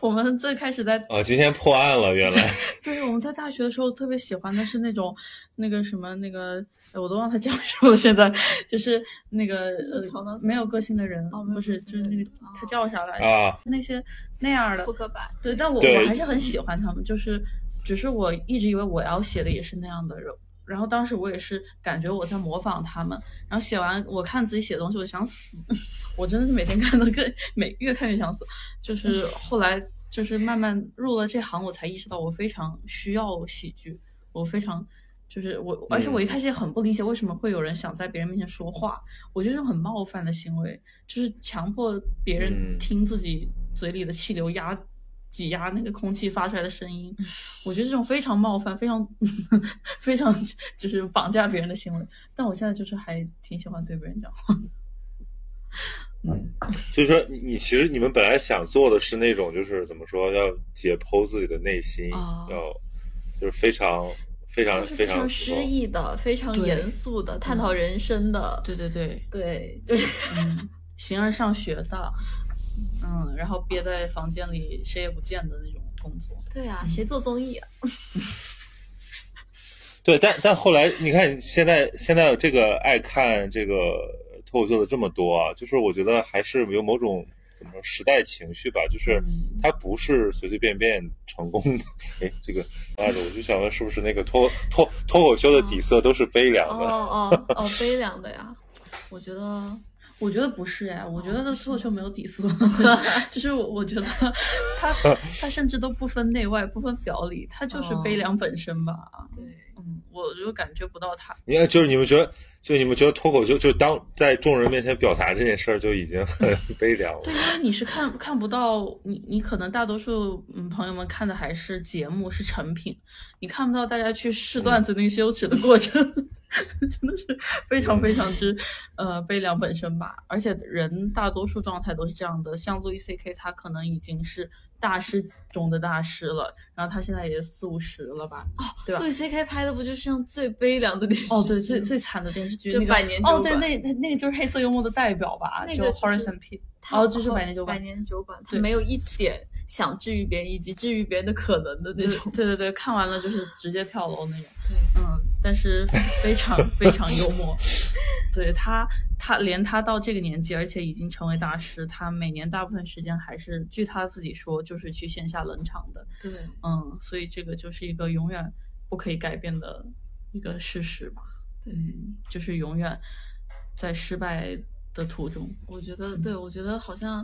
Speaker 2: 我们最开始在
Speaker 1: 啊，今天破案了，原来
Speaker 2: 对，我们在大学的时候特别喜欢的是那种那个什么那个，呃我都忘他叫什么了。现在就是那个呃
Speaker 5: 曹操
Speaker 2: 没有个性的人，
Speaker 5: 哦没有
Speaker 2: 不是
Speaker 5: 个性
Speaker 2: 就是
Speaker 5: 的
Speaker 2: 那
Speaker 5: 人
Speaker 2: 个
Speaker 5: 哦
Speaker 2: 他叫啥来着？
Speaker 1: 啊，
Speaker 2: 那些那样的
Speaker 5: 扑，克牌，
Speaker 2: 对，但我
Speaker 1: 对
Speaker 2: 我还是很喜欢他们，就是只是我一直以为我要写的也是那样的人。然后当时我也是感觉我在模仿他们，然后写完我看自己写的东西，我想死， 我真的是每天看的更每越看越想死。就是后来就是慢慢入了这行，我才意识到我非常需要喜剧，我非常就是我，而且我一开始也很不理解为什么会有人想在别人面前说话，我觉得这种很冒犯的行为，就是强迫别人
Speaker 1: 嗯
Speaker 2: 听自己嘴里的气流压。挤压那个空气发出来的声音， 我觉得这种非常冒犯、非常 非常 就是绑架别人的行为。但我现在就是还挺喜欢对别人讲话的。嗯，
Speaker 1: 就是说你你其实你们本来想做的是那种就是怎么说要解剖自己的内心，
Speaker 2: 啊
Speaker 1: 要就是非常非常
Speaker 5: 哦就是非常
Speaker 1: 常
Speaker 5: 诗意的、非常
Speaker 2: 对
Speaker 5: 严肃的、探讨人生的，
Speaker 2: 对对对，
Speaker 5: 对，就是
Speaker 2: 嗯，形而上学的，嗯，然后憋在房间里谁也不见的那种工作。
Speaker 5: 对啊，谁做综艺啊？
Speaker 1: 对，但但后来你看，现在现在这个爱看这个脱口秀的这么多啊，就是我觉得还是有某种怎么说时代情绪吧，就是
Speaker 5: 嗯
Speaker 1: 它不是随随便便成功的。 哎，这个妈的，我就想问，是不是那个脱脱脱口秀的底色都是悲凉的？
Speaker 5: 哦哦 哦，悲凉 的呀，我觉得
Speaker 2: 我觉得不是哎，我觉得脱口秀没有底色， 就是我我觉得他他甚至都不分内外，不分表里，他就是
Speaker 5: 哦
Speaker 2: 悲凉本身吧。
Speaker 5: 对。
Speaker 2: 嗯，我就感觉不到他。
Speaker 1: 你看，就是你们觉得，就你们觉得脱口秀，就当在众人面前表达这件事儿，就已经 很悲凉了
Speaker 2: 对，。因为你是看看不到你，你可能大多数嗯朋友们看的还是节目是成品，你看不到大家去试段子那个羞耻的过程， 真的是非常非常之呃悲凉本身吧。而且人大多数状态都是这样的，像路易 C K 他可能已经是大师中的大师了，然后他现在也四五十了吧？对吧
Speaker 5: 路易 C K 拍的不就是像最悲凉的电视剧？
Speaker 2: 哦，对，最最惨的电视剧
Speaker 5: 就
Speaker 2: 那个
Speaker 5: 百年
Speaker 2: 哦，
Speaker 5: 酒
Speaker 2: 对，
Speaker 5: 馆
Speaker 2: 那那那个就是黑色幽默的代表吧，
Speaker 5: 那
Speaker 2: 就
Speaker 5: 个就是
Speaker 2: Horace and Pete。
Speaker 5: 他
Speaker 2: 哦，就是百年酒馆
Speaker 5: 百。年酒馆，他
Speaker 2: 对
Speaker 5: 没有一点想治愈别人以及治愈别人的可能的那种。
Speaker 2: 对对对，看完了就是直接跳楼那种。嗯，但是 非常非常幽默。对他，他连他到这个年纪，而且已经成为大师，他每年大部分时间还是据他自己说，就是去线下冷场的。
Speaker 5: 对，
Speaker 2: 嗯，所以这个就是一个永远不可以改变的一个事实吧。
Speaker 5: 对
Speaker 2: 嗯，就是永远在失败的途中。嗯
Speaker 5: 我觉得，对我觉得好像，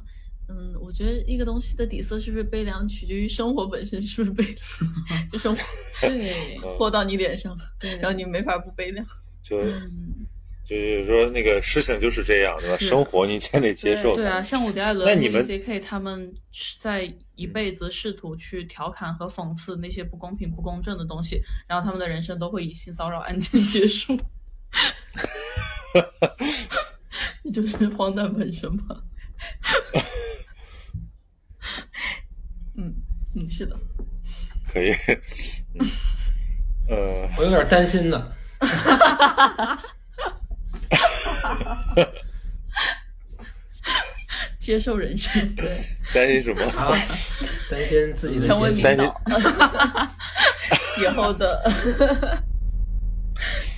Speaker 5: 嗯，我觉得一个东西的底色是不是悲凉，取决于生活本身是不是悲凉， 就生活
Speaker 2: 对
Speaker 5: 泼到你脸上，
Speaker 2: 对，
Speaker 5: 然后你没法不悲凉。
Speaker 1: 就
Speaker 2: 嗯，
Speaker 1: 就是说，那个事情就是这样，对吧？
Speaker 2: 是
Speaker 1: 生活你先得接受它。
Speaker 2: 对啊，像伍迪·艾伦、
Speaker 1: 那你
Speaker 2: Louis
Speaker 1: 们
Speaker 2: C.K. 他们是在一辈子试图去调侃和讽刺那些不公平、不公正的东西，然后他们的人生都会以性骚扰案件结束。 这就是荒诞本身吧。 嗯嗯，是的，
Speaker 1: 可以。嗯呃，
Speaker 4: 我有点担心呢。
Speaker 2: 接受人生，对，
Speaker 1: 担心什么？
Speaker 4: 啊，担心自己的
Speaker 2: 嗯成为
Speaker 4: 结
Speaker 2: 领
Speaker 4: 局。
Speaker 2: 导，以后的。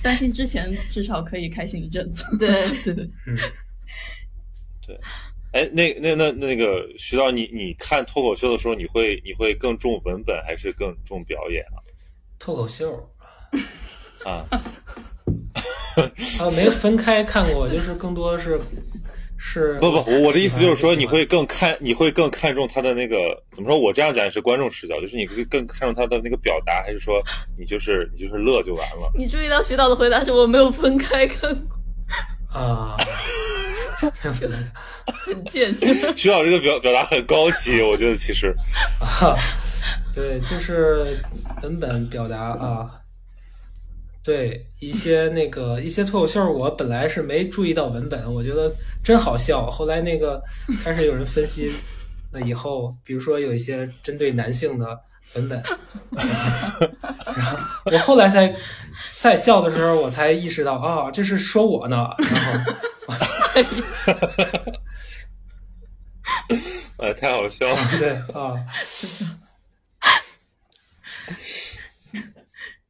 Speaker 2: 担心之前至少可以开心一阵子。
Speaker 5: 对
Speaker 2: 对对。
Speaker 4: 嗯，
Speaker 1: 哎，那那那那个徐导，你你看脱口秀的时候，你会你会更重文本还是更重表演
Speaker 4: 脱口秀
Speaker 1: 啊？啊，
Speaker 4: 啊，没分开看过，就是更多是是
Speaker 1: 不不，我我的意思就是说，
Speaker 4: 喜欢
Speaker 1: 你会更看，你会更看重他的那个怎么说？我这样讲也是观众视角，就是你会更看重他的那个表达，还是说你就是你就是乐就完了？
Speaker 5: 你注意到徐导的回答是我没有分开看过，
Speaker 4: 啊，
Speaker 5: 很贱。
Speaker 1: 徐导这个表表达很高级，我觉得其实
Speaker 4: 对，就是文本表达啊，啊对一些那个一些脱口秀，我本来是没注意到文本，我觉得真好笑。后来那个开始有人分析了以后，比如说有一些针对男性的文本，然后我后来才在笑的时候，我才意识到啊，这是说我呢。然后，
Speaker 1: 哎，太好笑了。
Speaker 4: 对啊，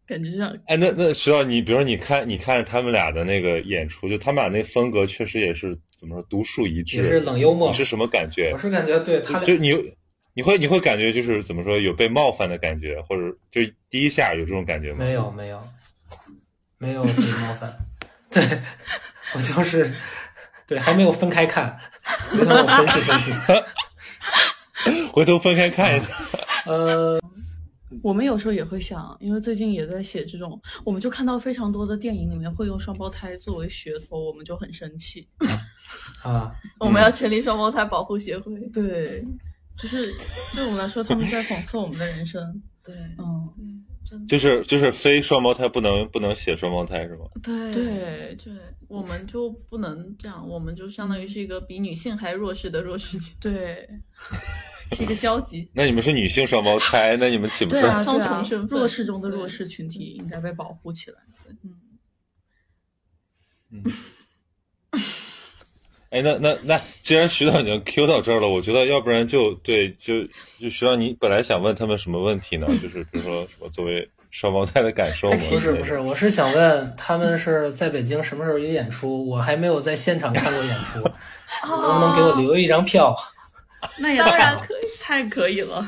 Speaker 2: 感觉就像
Speaker 1: 哎，那那徐导，你比如说你看你看他们俩的那个演出，就他们俩那风格确实也是怎么说独树一帜，
Speaker 4: 也是冷幽默
Speaker 1: 你是什么感觉
Speaker 4: 我？是感觉对他
Speaker 1: 就
Speaker 4: 俩
Speaker 1: 你你会你会感觉就是怎么说有被冒犯的感觉，或者就第一下有这种感觉吗？
Speaker 4: 没有没有没有被冒犯，对我就是对还没有分开看，回头我分析分 析。
Speaker 1: 回头分开看一下。
Speaker 4: 呃，
Speaker 2: 我们有时候也会想，因为最近也在写这种，我们就看到非常多的电影里面会用双胞胎作为噱头，我们就很生气。
Speaker 4: 啊，
Speaker 5: 我们要成立双胞胎保护协会。
Speaker 2: 对，就是对我们来说，他们在讽刺我们的人生。
Speaker 5: 对，
Speaker 2: 嗯，
Speaker 5: 真的
Speaker 1: 就是就是非双胞胎不能不能写双胞胎是吗？
Speaker 5: 对
Speaker 2: 对，
Speaker 5: 对，我们就不能这样，我们就相当于是一个比女性还弱势的弱势群体。
Speaker 2: 对， 是一个交集。
Speaker 1: 那你们是女性双胞胎，那你们岂不
Speaker 2: 对
Speaker 1: 是？
Speaker 2: 啊，
Speaker 5: 双
Speaker 2: 对啊
Speaker 5: 重身份
Speaker 2: 弱势中的弱
Speaker 5: 对
Speaker 2: 势群体应该被保护起来。
Speaker 1: 哎，那那那，既然徐导已经 Q 到这儿了，我觉得要不然就对，就就徐导，你本来想问他们什么问题呢？就是比如说什么作为双胞胎的感受吗？
Speaker 4: 哎不是不是，我是想问他们是在北京什么时候有演出？我还没有在现场看过演出，能不能给我留一张票？
Speaker 2: 那也
Speaker 5: 当然
Speaker 2: 可以，太可以了。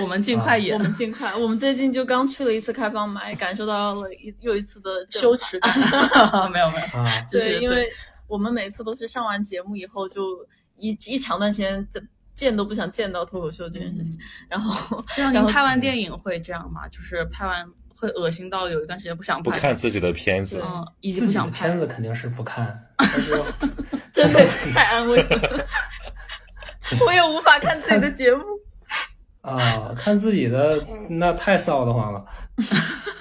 Speaker 2: 我们尽快演
Speaker 5: 我，们尽快，我们最近就刚去了一次开放麦，感受到了一又一次的正
Speaker 2: 羞耻感 没有没有。
Speaker 4: 啊，
Speaker 2: 就是
Speaker 5: 对，因
Speaker 2: 对
Speaker 5: 为我们每次都是上完节目以后就一一长段时间在见都不想见到脱口秀这件事情， 然后
Speaker 2: 嗯像你们
Speaker 5: 然后
Speaker 2: 拍完电影会这样吗？就是拍完会恶心到有一段时间不想
Speaker 1: 不
Speaker 2: 拍，
Speaker 1: 看自己的片子，
Speaker 2: 嗯，以及不
Speaker 4: 自己的
Speaker 2: 想拍
Speaker 4: 片子肯定是不看，但是
Speaker 5: 真的是太安慰了，我也无法看自 己的节目。
Speaker 4: 啊，看自己的
Speaker 5: 嗯
Speaker 4: 那太臊得慌了。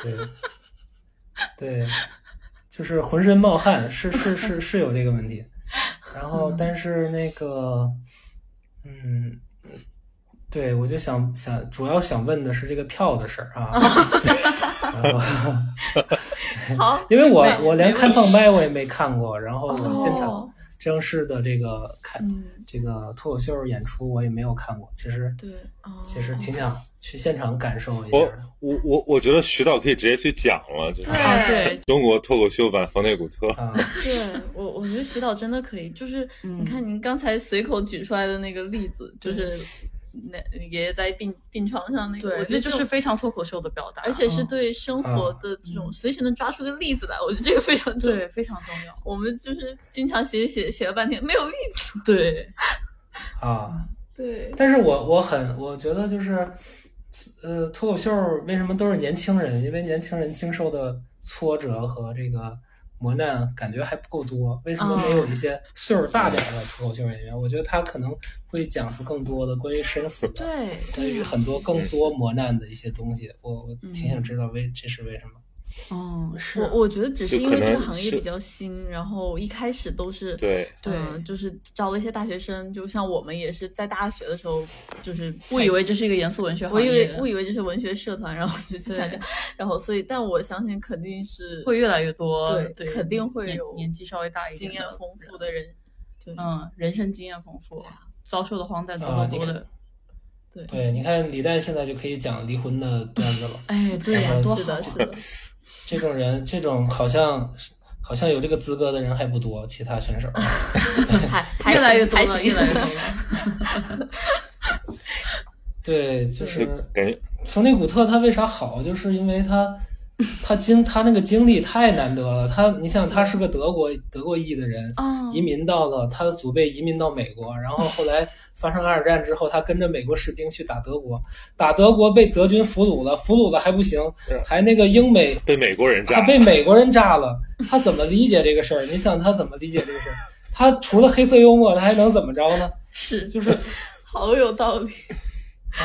Speaker 4: 对，对，就是浑身冒汗，是是是是有这个问题。然
Speaker 5: 嗯
Speaker 4: 后，但是那个，嗯，对我就想想，主要想问的是这个票的事儿啊。 然后
Speaker 5: 好，
Speaker 4: 因为我
Speaker 5: 没
Speaker 4: 我连
Speaker 5: 没
Speaker 4: 开放麦我也没看过，然后
Speaker 5: 问
Speaker 4: 我
Speaker 5: 题
Speaker 4: 现场
Speaker 5: 哦
Speaker 4: 正式的这个开
Speaker 5: 嗯，
Speaker 4: 这个脱口秀演出我也没有看过，其实
Speaker 5: 对，哦
Speaker 4: 其实挺想去现场感受一下
Speaker 1: 我
Speaker 4: 的。
Speaker 1: 我我我觉得徐导可以直接去讲了，就是
Speaker 2: 啊，对，
Speaker 1: 中国脱口秀版冯内古特。
Speaker 4: 啊，
Speaker 5: 对我，我觉得徐导真的可以，就是你
Speaker 2: 嗯
Speaker 5: 看您刚才随口举出来的那个例子，就是那爷爷在病病床上那个，
Speaker 2: 对，
Speaker 5: 我
Speaker 2: 我
Speaker 5: 觉
Speaker 2: 觉
Speaker 5: 得
Speaker 2: 得这
Speaker 5: 种
Speaker 2: 是，非常脱口秀的表达，嗯
Speaker 5: 而且是对生活的这种随时能抓出个例子来，我觉得这个非常重要。
Speaker 2: 对非常重要。
Speaker 5: 我们就是经常写写写了半天没有例子，
Speaker 2: 对，
Speaker 4: 啊，
Speaker 5: 对，
Speaker 4: 但是我我很我觉得就是，呃，脱口秀为什么都是年轻人？因为年轻人经受的挫折和这个磨难感觉还不够多。为什么没有一些岁数大点儿的脱口秀演员？我觉得他可能会讲出更多的关于生死的，
Speaker 5: 对，
Speaker 4: 关于很多更多磨难的一些东西。我我挺想知道为这是为什么。
Speaker 2: 嗯，是
Speaker 5: 我我觉得只是
Speaker 1: 就
Speaker 5: 因
Speaker 1: 可
Speaker 5: 为这个
Speaker 1: 能
Speaker 5: 行业
Speaker 1: 是
Speaker 5: 比较新，然后一开始都是
Speaker 1: 对，
Speaker 2: 对
Speaker 5: 嗯就是招了一些大学生，就像我们也是在大学的时候，就是
Speaker 2: 误以为这是一个严肃文学
Speaker 5: 我
Speaker 2: 行
Speaker 5: 以为
Speaker 2: 业，
Speaker 5: 我以为这是文学社团，然后就去参加
Speaker 2: 对，
Speaker 5: 然后所以，但我相信肯定是
Speaker 2: 会越来越多，
Speaker 5: 对
Speaker 2: 对，
Speaker 5: 肯定会
Speaker 2: 年
Speaker 5: 有
Speaker 2: 年纪稍微大一点
Speaker 5: 经
Speaker 2: 的
Speaker 5: 验丰富的人，对，
Speaker 2: 嗯，人生经验丰富，遭受的荒诞遭
Speaker 4: 啊
Speaker 2: 受
Speaker 4: 你
Speaker 2: 多
Speaker 4: 看
Speaker 2: 的，
Speaker 5: 对，
Speaker 4: 对，你看李诞现在就可以讲离婚的段子了。
Speaker 2: 哎，对呀，
Speaker 4: 嗯
Speaker 2: 多
Speaker 5: 是
Speaker 2: 好
Speaker 5: 的，
Speaker 2: 啊，
Speaker 5: 是的，
Speaker 4: 这种人，这种好像好像有这个资格的人还不多，其他选手。
Speaker 5: 还 还
Speaker 2: 越来越
Speaker 5: 行
Speaker 2: 多
Speaker 5: 还
Speaker 2: 了，
Speaker 5: 行
Speaker 2: 越来越多了。
Speaker 4: 对，
Speaker 1: 就
Speaker 4: 就
Speaker 1: 是感觉
Speaker 4: 冯内古特他为啥好，就是因为他他经他那个经历太难得了。他你想，他是个德国德国裔的人，移民到了他的祖辈移民到美国，然后后来发生二战之后，他跟着美国士兵去打德国，打德国被德军俘虏了，俘虏了还不行
Speaker 1: 是，
Speaker 4: 还那个英美
Speaker 1: 被美国人
Speaker 4: 他
Speaker 1: 炸。
Speaker 4: 被美国人炸了，他怎么理解这个事儿？你想他怎么理解这个事儿？他除了黑色幽默，他还能怎么着呢？
Speaker 5: 是
Speaker 4: 就是啊、
Speaker 5: 好有道理，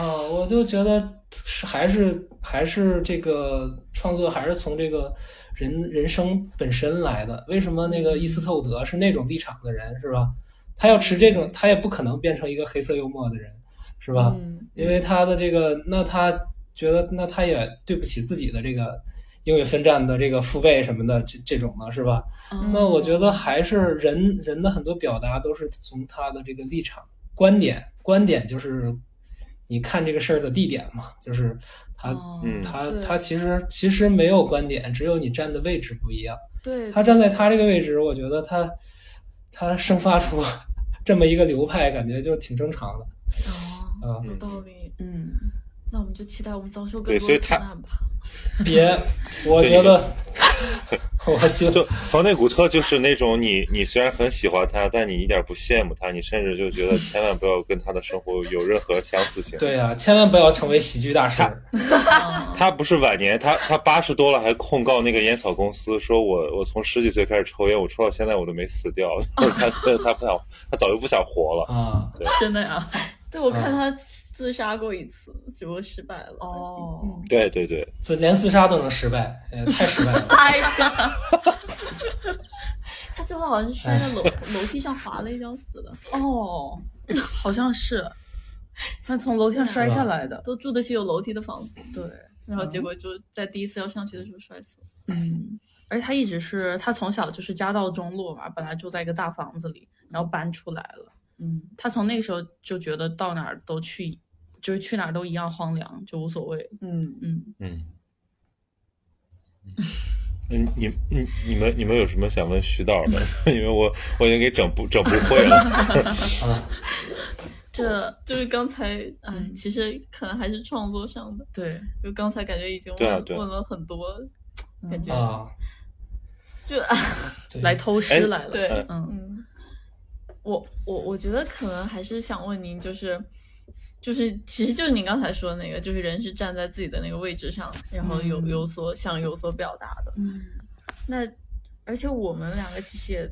Speaker 4: 呃我就觉得是还是还是这个创作还是从这个人人生本身来的。为什么那个伊斯特伍德是那种立场的人，是吧？他要持这种，他也不可能变成一个黑色幽默的人，是吧？
Speaker 5: 嗯
Speaker 4: 因为他的这个，那他觉得，那他也对不起自己的这个英语分站的这个父辈什么的，这这种的是吧？那我觉得还是人人的很多表达都是从他的这个立场、观点，观点就是你看这个事儿的地点嘛，就是他、
Speaker 5: 哦
Speaker 1: 嗯
Speaker 4: 他
Speaker 5: 对
Speaker 4: 他其实其实没有观点，只有你站的位置不一样。
Speaker 5: 对
Speaker 4: 他站在他这个位置，我觉得他他生发出 这么一个流派，感觉就挺正常的
Speaker 5: 哦，
Speaker 4: 啊、
Speaker 5: 有道理。
Speaker 2: 嗯，
Speaker 5: 那我们就期待我们遭受更
Speaker 1: 对
Speaker 5: 多
Speaker 1: 所以
Speaker 5: 的
Speaker 1: 他
Speaker 5: 苦难吧。
Speaker 4: 别，我觉得 我希
Speaker 1: 就房内古特就是那种你你虽然很喜欢他，但你一点不羡慕他，你甚至就觉得千万不要跟他的生活有任何相似性。
Speaker 4: 对啊，千万不要成为喜剧大师。
Speaker 1: 他不是晚年，他他八十多了还控告那个烟草公司，说我我从十几岁开始抽烟，我抽到现在我都没死掉。 他他他不想，他早就不想活了。
Speaker 4: 啊，
Speaker 2: 真的呀，
Speaker 5: 对，我
Speaker 1: 嗯
Speaker 5: 看他自杀过一次，只不过失败了。
Speaker 2: 哦
Speaker 5: 嗯，
Speaker 1: 对对对，
Speaker 4: 自连自杀都能失败，也太失败 了。
Speaker 5: 哎呀，他最后好像是摔在楼 楼梯上滑了一跤死的，
Speaker 2: 哦，好像是，他从楼梯上摔下来的，
Speaker 5: 都住的是有楼梯的房子，
Speaker 2: 对，
Speaker 5: 然后结果就在第一次要上学的时候摔死了。
Speaker 2: 嗯，而且他一直是他从小就是家道中落嘛，本来住在一个大房子里，然后搬出来了。
Speaker 5: 嗯，
Speaker 2: 他从那个时候就觉得到哪儿都去，就是去哪儿都一样荒凉，就无所谓。
Speaker 5: 嗯，
Speaker 2: 嗯，
Speaker 1: 嗯。嗯，你你你们你们有什么想问徐导的？ 因为我我已经给整不整不会了。
Speaker 4: 啊
Speaker 5: 这就是刚才，哎
Speaker 2: 嗯，
Speaker 5: 其实可能还是创作上的，
Speaker 2: 对，
Speaker 5: 就刚才感觉已经
Speaker 1: 对啊
Speaker 5: 问
Speaker 1: 对啊
Speaker 5: 问了很多，
Speaker 2: 嗯
Speaker 5: 感觉
Speaker 4: 啊，
Speaker 5: 就
Speaker 4: 对
Speaker 2: 来偷
Speaker 1: 哎
Speaker 2: 师来了。
Speaker 5: 对，
Speaker 2: 嗯
Speaker 5: 嗯，我我我觉得可能还是想问您，就是就是，其实就是您刚才说的那个，就是人是站在自己的那个位置上，然后有
Speaker 2: 嗯
Speaker 5: 有所想有所表达的。
Speaker 2: 嗯，
Speaker 5: 那而且我们两个其实也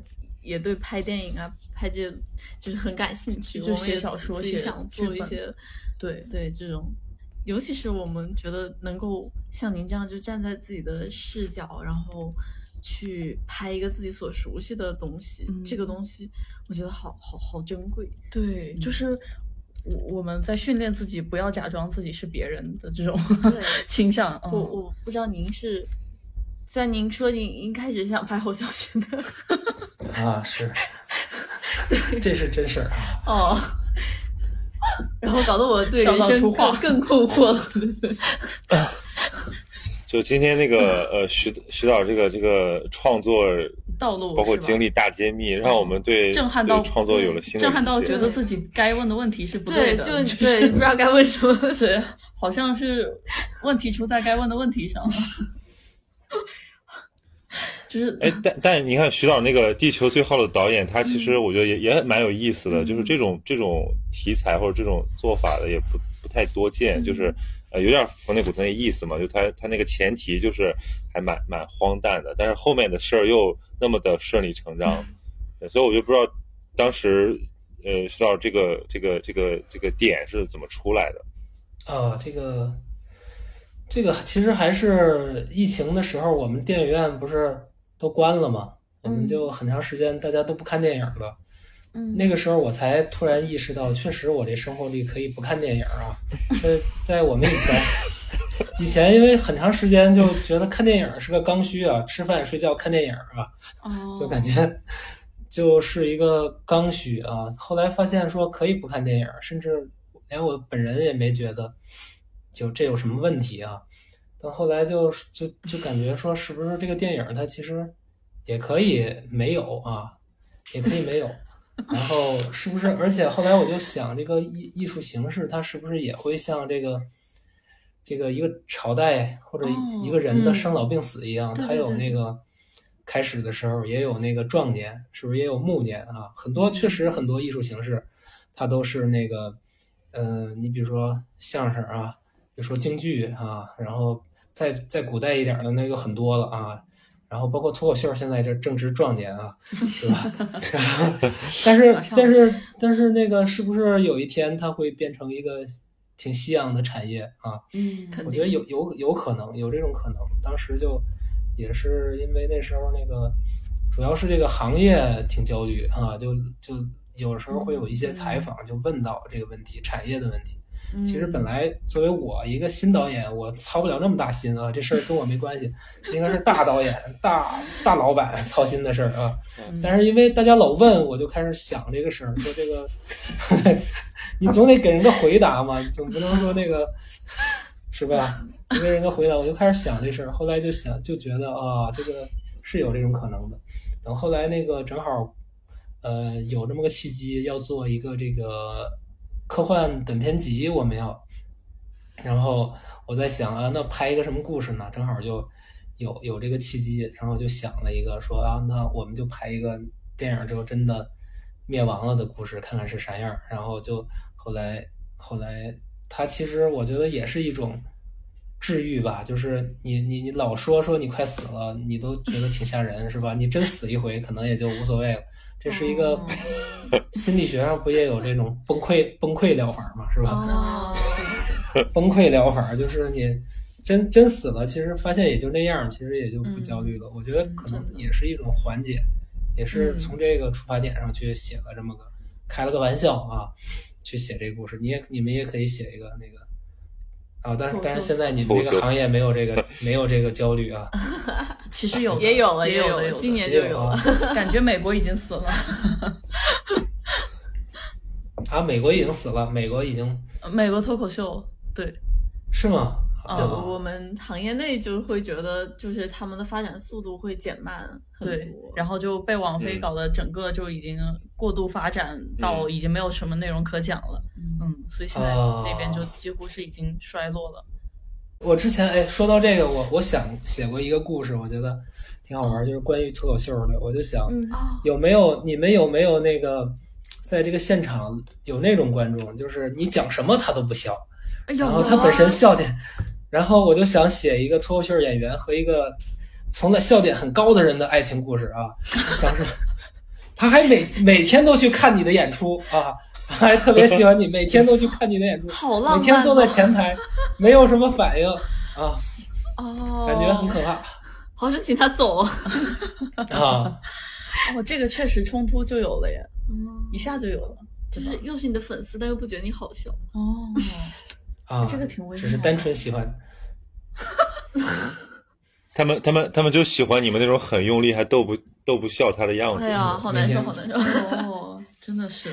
Speaker 5: 也对拍电影啊，拍这就是很感兴趣，
Speaker 2: 就
Speaker 5: 我们也
Speaker 2: 写小说
Speaker 5: 自己
Speaker 2: 写
Speaker 5: 想
Speaker 2: 剧
Speaker 5: 做一
Speaker 2: 本
Speaker 5: 些
Speaker 2: 对，
Speaker 5: 对这种。尤其是我们觉得能够像您这样，就站在自己的视角，然后去拍一个自己所熟悉的东西，
Speaker 2: 嗯
Speaker 5: 这个东西我觉得好好好珍贵。
Speaker 2: 对，
Speaker 5: 嗯
Speaker 2: 就是我我们在训练自己，不要假装自己是别人的这种
Speaker 5: 对
Speaker 2: 倾向。嗯
Speaker 5: 我我不知道您是，虽然您说您一开始想拍侯孝贤的
Speaker 4: 啊，是，这是真事儿啊。
Speaker 5: 哦，然后搞得我对
Speaker 2: 想
Speaker 5: 人
Speaker 2: 到
Speaker 5: 生
Speaker 2: 出话
Speaker 5: 更更困惑了。对对对
Speaker 1: 就今天那个呃徐徐导这个这个创作
Speaker 2: 道路
Speaker 1: 包括
Speaker 2: 是吧嗯
Speaker 1: 经历大揭秘，让我们对
Speaker 2: 震撼到嗯
Speaker 1: 对创作有了新的
Speaker 2: 震撼到
Speaker 1: 理解
Speaker 2: 觉得自己该问的问题是不
Speaker 5: 对，
Speaker 2: 的，
Speaker 5: 就
Speaker 2: 就
Speaker 5: 对，不知道该问什么。
Speaker 2: 对，好像是问题出在该问的问题上， 就是
Speaker 1: 哎，但但你看徐导那个《地球最后的导演》，他其
Speaker 2: 嗯
Speaker 1: 实我觉得也、也蛮有意思的，就是这种这种题材或者这种做法的也不不太多见，
Speaker 2: 嗯
Speaker 1: 就是呃有点弗内古特那意思嘛，就他他那个前提就是还蛮蛮荒诞的，但是后面的事儿又那么的顺理成章，
Speaker 2: 嗯
Speaker 1: 对所以我就不知道当时呃徐导这个这个这个这个点是怎么出来的。
Speaker 4: 啊，这个这个其实还是疫情的时候，我们电影院不是都关了吗？我们就很长时间大家都不看电影了。
Speaker 5: 嗯
Speaker 4: 那个时候我才突然意识到，确实我这生活里可以不看电影啊。这在我们以前，以前 因为很长时间就觉得看电影是个刚需啊，吃饭睡觉看电影啊，就感觉就是一个刚需啊。后来发现说可以不看电影，甚至连我本人也没觉得有这有什么问题啊。但后来就就就感觉说，是不是这个电影它其实也可以没有啊，也可以没有。然后是不是？而且后来我就想，这个艺艺术形式它是不是也会像这个这个一个朝代或者
Speaker 2: 哦
Speaker 4: 一个人的
Speaker 2: 嗯
Speaker 4: 生老病死一样，
Speaker 2: 对
Speaker 4: 它有
Speaker 2: 对
Speaker 4: 那个开始的时候也有那个壮年，是不是也有暮年啊？很多
Speaker 2: 嗯
Speaker 4: 确实很多艺术形式，它都是那个，呃，你比如说相声啊，比如说京剧啊，然后再再古代一点的那个很多了啊，然后包括脱口秀现在这正值壮年啊，是吧？ 但是
Speaker 2: 马上
Speaker 4: 但是但是那个是不是有一天它会变成一个挺西洋的产业啊。
Speaker 5: 嗯，
Speaker 4: 我觉得有有有可能有这种可能。当时就也是因为那时候那个主要是这个行业挺焦虑啊，就就有时候会有一些采访就问到这个问题，产业的问题。
Speaker 5: 嗯
Speaker 4: 其实本来作为我一个新导演，我操不了那么大心啊，这事儿跟我没关系，这应该是大导演、大大老板操心的事儿啊。但是因为大家老问，我就开始想这个事儿，说这个 你总得给人个回答嘛，总不能说这个是吧？总给人个回答，我就开始想这事儿。后来就想，就觉得啊，这个是有这种可能的。等后来那个正好，呃，有这么个契机，要做一个这个。科幻短篇集我们要，然后我在想啊，那拍一个什么故事呢？正好就有有这个契机，然后就想了一个说啊，那我们就拍一个电影，就真的灭亡了的故事，看看是啥样。然后就后来后来，它其实我觉得也是一种治愈吧，就是你你你老说说你快死了，你都觉得挺吓人，是吧？你真死一回，可能也就无所谓了。这是一个心理学上不也有这种崩溃崩溃疗法嘛，是吧？
Speaker 5: 哦，
Speaker 4: 崩溃疗法就是你真真死了，其实发现也就那样，其实也就不焦
Speaker 7: 嗯
Speaker 4: 虑了。我觉得可能也是一种缓解，也是从这个出发点上去写了这么个开了个玩笑啊，去写这个故事。你也你们也可以写一个那个啊，但是但是现在你们这个行业没有这个没有这个焦虑啊，
Speaker 5: 其实有的
Speaker 7: 也有了，
Speaker 5: 也
Speaker 7: 有
Speaker 5: 了，
Speaker 7: 了，今年就
Speaker 4: 也
Speaker 7: 有
Speaker 4: 啊
Speaker 7: 了。
Speaker 5: 感觉美国已经死了，
Speaker 4: 啊，美国已经死了，美国已经
Speaker 5: 美国脱口秀，对，
Speaker 4: 是吗？
Speaker 1: 嗯
Speaker 5: 啊
Speaker 4: 啊
Speaker 7: 呃，我们行业内就会觉得，就是他们的发展速度会减慢很
Speaker 5: 对
Speaker 7: 多，，
Speaker 5: 然后就被网
Speaker 1: 嗯
Speaker 5: 飞搞得整个就已经过度发展到
Speaker 1: 嗯
Speaker 5: 已经没有什么内容可讲了，嗯，所以现在
Speaker 4: 哦
Speaker 5: 那边就
Speaker 1: 啊
Speaker 5: 几乎是已经衰落了。
Speaker 4: 我之前哎，说到这个，我我想写过一个故事，我觉得挺好玩儿，就是关于脱口秀的。我就想，
Speaker 7: 嗯
Speaker 4: 有没有你们有没有那个，在这个现场有那种观众，就是你讲什么他都不笑，
Speaker 5: 哎
Speaker 4: 然后他本身笑点，然后我就想写一个脱口秀演员和一个从来笑点很高的人的爱情故事啊，想是他还每每天都去看你的演出啊，还特别喜欢你，每天都去看你的演出，
Speaker 7: 好浪漫哦
Speaker 4: 每天坐在前排，没有什么反应啊，
Speaker 7: 哦，
Speaker 4: 感觉很可怕、
Speaker 7: 好想请他走啊。
Speaker 4: 啊。
Speaker 5: 哦，这个确实冲突就有了耶，一下就有了，
Speaker 7: 就是又是你的粉丝，但又不觉得你好笑。
Speaker 5: 哦，
Speaker 4: 啊，
Speaker 5: 这个挺微妙的
Speaker 4: 只是单纯喜欢，
Speaker 1: 他们他们他们就喜欢你们那种很用力还逗不逗不笑他的样子
Speaker 7: 哎。呀，好难受，好难受。
Speaker 5: 哦，真的是，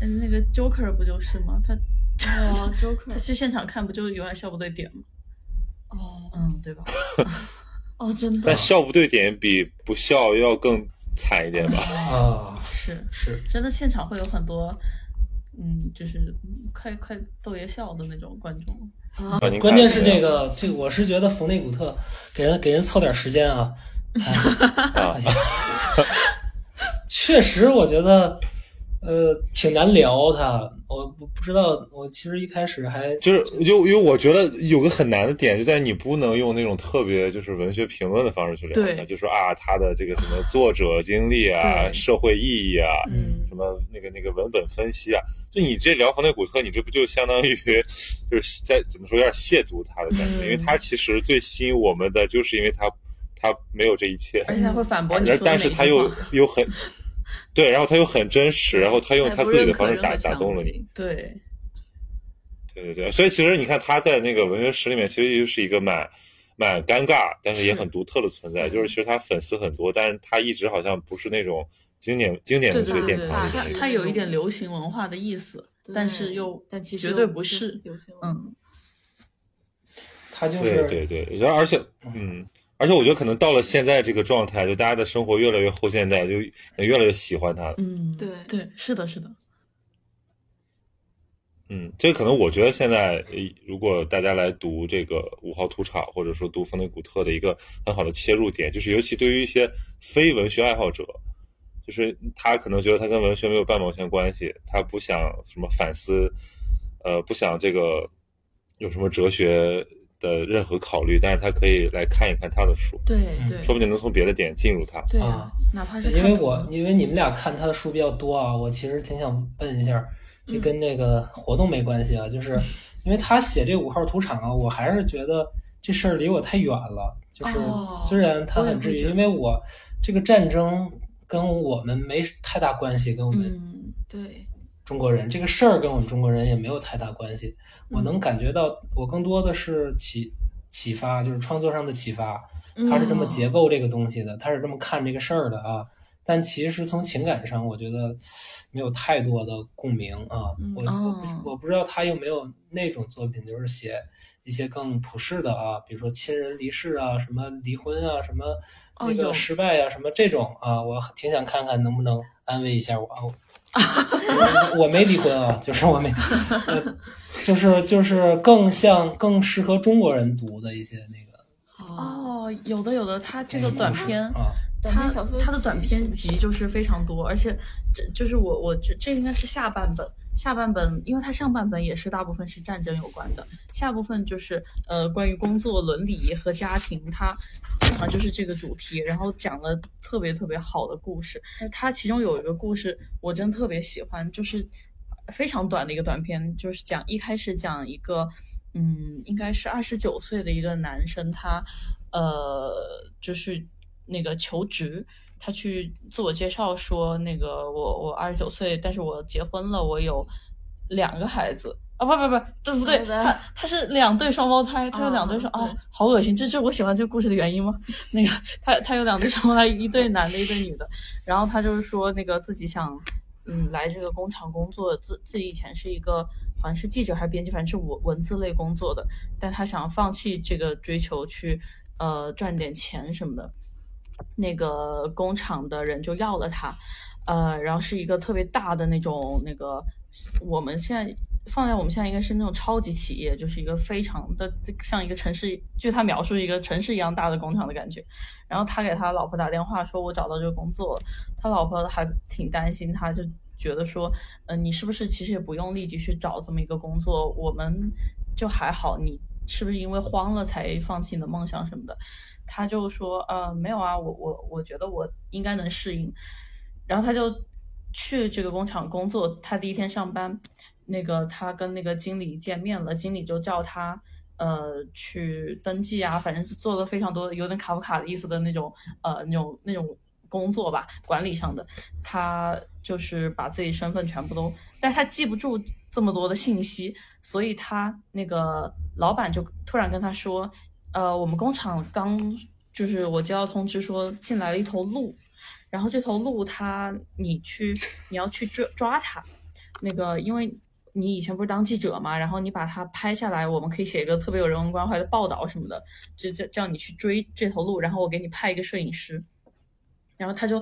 Speaker 5: 嗯，那个 Joker 不就是吗？他
Speaker 7: 哦
Speaker 5: 他
Speaker 7: ，Joker，
Speaker 5: 去现场看不就永远笑不对点吗？
Speaker 7: 哦
Speaker 5: 嗯，对吧？
Speaker 7: 哦，
Speaker 5: 嗯
Speaker 7: 真的
Speaker 1: 但，笑不对点比不笑要更惨一点吧？
Speaker 4: 啊，
Speaker 5: 是，
Speaker 4: 是
Speaker 5: 真的现场会有很多，嗯，就是嗯快快逗爷笑的那种观众。
Speaker 1: 啊您看
Speaker 4: 关键是这个这个，我是觉得冯内古特给人给人凑点时 间啊，
Speaker 1: 啊，
Speaker 4: 确实我觉得呃挺难聊他，我不不知道，我其实一开始还
Speaker 1: 就是就因为我觉得有个很难的点就在你不能用那种特别就是文学评论的方式去聊它，
Speaker 5: 对
Speaker 1: 就说啊他的这个什么作者经历啊、
Speaker 5: 对
Speaker 1: 社会意义啊、
Speaker 4: 嗯
Speaker 1: 什么那个那个文本分析啊，就你这聊冯内古特，你这不就相当于 就是在怎么说有点亵渎他的感觉，
Speaker 5: 嗯
Speaker 1: 因为他其实最吸引我们的就是因为他他没有这一切，
Speaker 5: 而且他会反驳你
Speaker 1: 然
Speaker 5: 说
Speaker 1: 后
Speaker 5: 的
Speaker 1: 哎但是
Speaker 5: 每一
Speaker 1: 他
Speaker 5: 句
Speaker 1: 又
Speaker 5: 话
Speaker 1: 又很对，然后他又很真实，然后他
Speaker 5: 哎
Speaker 1: 用他自己的方式打打动了你。。
Speaker 5: 对，
Speaker 1: 对对对，所以其实你看他在那个文学史里面，其实就是一个蛮蛮尴尬，但是也很独特的存在。
Speaker 5: 嗯
Speaker 1: 就是其实他粉丝很多，但是他一直好像不是那种经典经典
Speaker 5: 对
Speaker 1: 文
Speaker 5: 对
Speaker 1: 学
Speaker 5: 对
Speaker 1: 殿
Speaker 5: 对，
Speaker 1: 堂
Speaker 5: 对
Speaker 1: 里的
Speaker 5: 他
Speaker 1: 那
Speaker 7: 是
Speaker 1: 种。
Speaker 5: 他有一点流行文化的意思，但是又
Speaker 7: 但其实
Speaker 5: 绝对不是。
Speaker 7: 流行文化，
Speaker 5: 嗯，
Speaker 4: 他就
Speaker 1: 对
Speaker 4: 是
Speaker 1: 对对，然后而且嗯。而且我觉得可能到了现在这个状态，就大家的生活越来越后现代，就越来越喜欢他了。
Speaker 5: 嗯，
Speaker 7: 对
Speaker 5: 对，是的，是的，
Speaker 1: 嗯，这可能我觉得现在呃如果大家来读这个五号土场，或者说读冯内古特的一个很好的切入点，就是尤其对于一些非文学爱好者，就是他可能觉得他跟文学没有半毛钱关系，他不想什么反思，呃，不想这个有什么哲学的任何考虑，但是他可以来看一看他的书，
Speaker 5: 对
Speaker 4: 嗯
Speaker 5: 对
Speaker 1: 说不定能从别的点进入他。
Speaker 5: 对
Speaker 4: 啊
Speaker 5: 啊，哪怕是
Speaker 4: 因为
Speaker 5: 看懂
Speaker 4: 我
Speaker 5: 了
Speaker 4: 因为你们俩看他的书比较多啊，我其实挺想问一下，这
Speaker 5: 嗯
Speaker 4: 跟那个活动没关系啊，就是 因为他写这五号土场啊，我还是觉得这事儿离我太远了。就是
Speaker 5: 哦
Speaker 4: 虽然他
Speaker 5: 我也
Speaker 4: 很
Speaker 5: 会
Speaker 4: 治愈，
Speaker 5: 觉得
Speaker 4: 因为我这个战争跟我们没太大关系，跟我们
Speaker 5: 嗯，对，
Speaker 4: 中国人、这个事儿跟我们中国人也没有太大关系。我能感觉到，我更多的是启启发，就是创作上的启发。他是这么结构这个东西的，他是这么看这个事儿的啊。但其实从情感上，我觉得没有太多的共鸣啊。我我不我不知道他有没有那种作品，就是写一些更普世的啊，比如说亲人离世啊，什么离婚啊，什么那个
Speaker 5: 哦有
Speaker 4: 失败啊，什么这种啊，我挺想看看能不能安慰一下我 啊。我我没离婚啊，就是我没，呃就是就是更像更适合中国人读的一些那个
Speaker 5: 哦，有的有的，他这个
Speaker 4: 故事
Speaker 5: 短片，
Speaker 4: 啊，
Speaker 5: 他
Speaker 2: 短篇小说集
Speaker 5: 他的短篇集就是非常多，而且这就是我我这这应该是下半本，下半本，因为它上半本也是大部分是战争有关的，下部分就是呃关于工作伦理和家庭，它基本上就是这个主题，然后讲了特别特别好的故事。
Speaker 2: 嗯
Speaker 5: 它其中有一个故事我真特别喜欢，就是非常短的一个短片，就是讲一开始讲一个嗯应该是二十九岁的一个男生，他呃就是那个求职。他去自我介绍说，那个我我二十九岁，但是我结婚了，我有两个孩子啊，不不不，对不对？
Speaker 7: 好的
Speaker 5: 他他是两对双胞胎，他有两对双
Speaker 7: 啊
Speaker 5: 哦
Speaker 7: 对，
Speaker 5: 好恶心，这是我喜欢这个故事的原因吗？ 那个他他有两对双胞胎，一对男的，一对女的，然后他就是说那个自己想嗯来这个工厂工作，自自己以前是一个好像是记者还是编辑，反正是文文字类工作的，但他想放弃这个追求去呃赚点钱什么的，那个工厂的人就要了他，呃，然后是一个特别大的那种那个，我们现在放在我们现在应该是那种超级企业，就是一个非常的像一个城市，据他描述一个城市一样大的工厂的感觉。然后他给他老婆打电话说：“我找到这个工作了。”他老婆还挺担心他，就觉得说：“嗯、你是不是其实也不用立即去找这么一个工作？我们就还好，你是不是因为慌了才放弃你的梦想什么的？”他就说：“呃，没有啊，我我我觉得我应该能适应。”然后他就去这个工厂工作。他第一天上班，那个他跟那个经理见面了，经理就叫他呃去登记啊，反正是做了非常多有点卡夫卡的意思的那种呃那种那种工作吧，管理上的。他就是把自己身份全部都，但是他记不住这么多的信息，所以他那个老板就突然跟他说，呃，我们工厂刚就是我接到通知说进来了一头鹿，然后这头鹿它你去你要去抓抓它，那个因为你以前不是当记者嘛，然后你把它拍下来，我们可以写一个特别有人文关怀的报道什么的，这这叫你去追这头鹿，然后我给你派一个摄影师，然后他就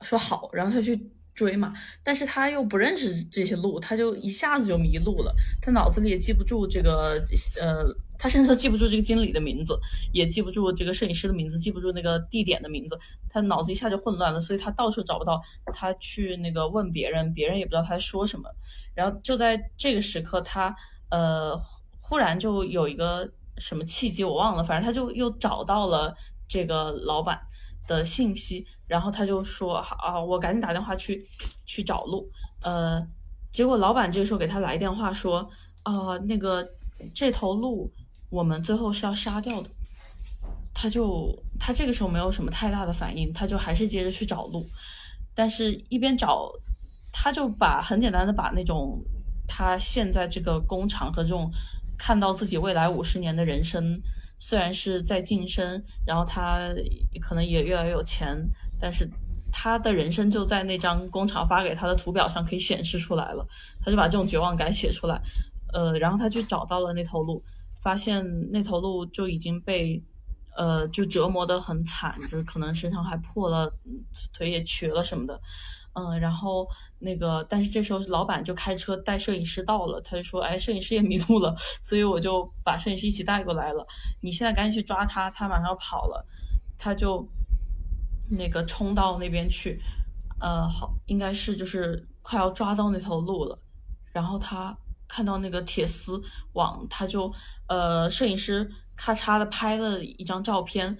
Speaker 5: 说好，然后他去追嘛，但是他又不认识这些路，他就一下子就迷路了，他脑子里也记不住这个呃，他甚至都记不住这个经理的名字，也记不住这个摄影师的名字，记不住那个地点的名字，他脑子一下就混乱了，所以他到处找不到，他去那个问别人，别人也不知道他在说什么，然后就在这个时刻，他呃忽然就有一个什么契机，我忘了，反正他就又找到了这个老板的信息，然后他就说啊，我赶紧打电话去去找路，呃，结果老板这个时候给他来电话说，啊、那个这头鹿我们最后是要杀掉的。他就他这个时候没有什么太大的反应，他就还是接着去找路，但是一边找，他就把很简单的把那种他现在这个工厂和这种看到自己未来五十年的人生，虽然是在晋升，然后他可能也越来越有钱，但是他的人生就在那张工厂发给他的图表上可以显示出来了，他就把这种绝望感写出来，呃，然后他去找到了那头鹿，发现那头鹿就已经被呃，就折磨得很惨，就是可能身上还破了，嗯腿也瘸了什么的，嗯，然后那个，但是这时候老板就开车带摄影师到了，他就说，哎，摄影师也迷路了，所以我就把摄影师一起带过来了，你现在赶紧去抓他，他马上要跑了，他就那个冲到那边去，呃，好，应该是就是快要抓到那头鹿了，然后他看到那个铁丝网，他就呃，摄影师咔嚓的拍了一张照片，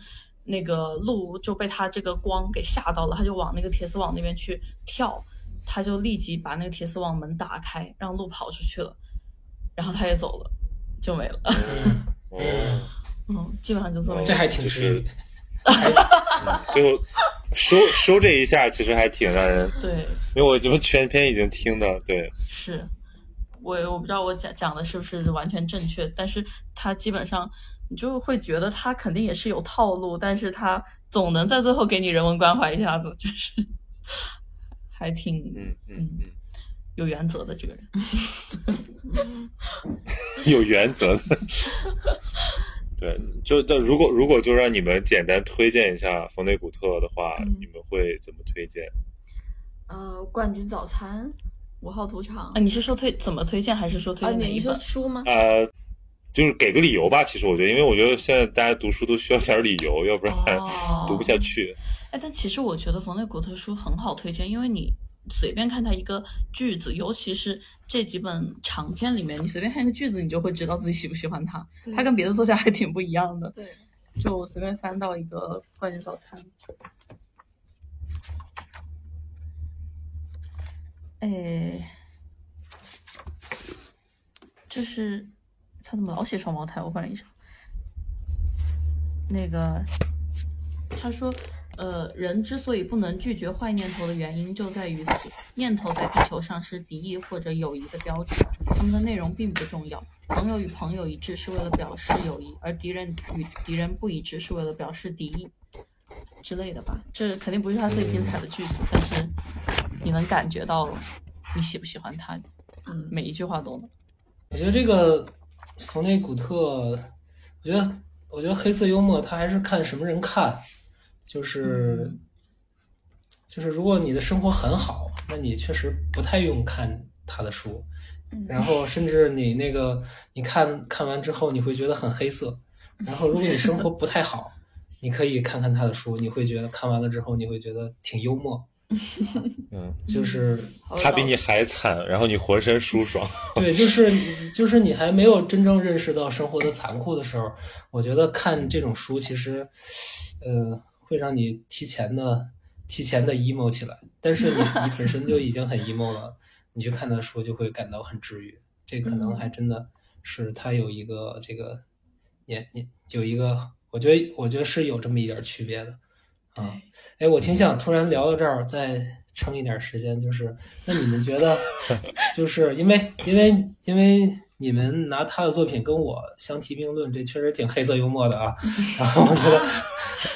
Speaker 5: 那个鹿就被他这个光给吓到了，他就往那个铁丝网那边去跳，他就立即把那个铁丝网门打开，让鹿跑出去了，然后他也走了，就没了。
Speaker 1: 哦，
Speaker 5: 嗯，基本上就这么
Speaker 1: 哦
Speaker 5: 一
Speaker 4: 这
Speaker 5: 个。
Speaker 4: 还挺治愈。
Speaker 1: 最后收收这一下，其实还挺让人，
Speaker 5: 对，
Speaker 1: 因为我这不全篇已经听的，对，
Speaker 5: 是我我不知道我讲讲的是不是完全正确，但是他基本上你就会觉得他肯定也是有套路，但是他啊总能在最后给你人文关怀一下子，就是还挺
Speaker 1: 嗯嗯嗯，
Speaker 5: 有原则的这个人。
Speaker 1: 嗯 有原则的。对，就但如果如果就让你们简单推荐一下冯内古特的话，
Speaker 7: 嗯
Speaker 1: 你们会怎么推荐？
Speaker 7: 呃，冠军早餐，五号赌场
Speaker 5: 啊，。你是说推怎么推荐，还是说推
Speaker 7: 啊，
Speaker 5: 荐哪
Speaker 7: 你
Speaker 5: 一
Speaker 7: 说
Speaker 5: 本？
Speaker 7: 书吗？
Speaker 1: 呃，就是给个理由吧。其实我觉得，因为我觉得现在大家读书都需要点儿理由，要不然
Speaker 5: 哦
Speaker 1: 读不下去。
Speaker 5: 哎，但其实我觉得冯内古特书很好推荐，因为你随便看它一个句子，尤其是这几本长篇里面，你随便看一个句子，你就会知道自己喜不喜欢它。它跟别的作家还挺不一样的。
Speaker 7: 对，
Speaker 5: 就我随便翻到一个《关于早餐》。哎，就是他怎么老写双胞胎？我换了一下。那个，他说，呃，人之所以不能拒绝坏念头的原因就在于此，念头在地球上是敌意或者友谊的标志，他们的内容并不重要。朋友与朋友一致是为了表示友谊，而敌人与敌人不一致是为了表示敌意之类的吧。这肯定不是他最精彩的句子，但是你能感觉到你喜不喜欢他，嗯，每一句话都能。
Speaker 4: 我觉得这个冯内古特，我觉得我觉得黑色幽默，他还是看什么人看，就是、就是，如果你的生活很好，那你确实不太用看他的书， 然后甚至你那个你看看完之后，你会觉得很黑色。然后，如果你生活不太好，你可以看看他的书，你会觉得看完了之后，你会觉得挺幽默，
Speaker 1: 嗯，
Speaker 4: 就是
Speaker 5: 哦
Speaker 1: 他比你还惨，然后你浑身舒 爽。
Speaker 4: 对，就是你就是你还没有真正认识到生活的残酷的时候，我觉得看这种书其实，呃，会让你提前的提前的 emo 起来。但是你你本身就已经很 emo 了，你去看他的书就会感到很治愈。这可能还真的是他有一个这个年年有一个，我觉得我觉得是有这么一点区别的啊。哎，我挺想突然聊到这儿，再撑一点时间。就是，那你们觉得，就是因为因为因为你们拿他的作品跟我相提并论，这确实挺黑色幽默的啊。然后我觉得，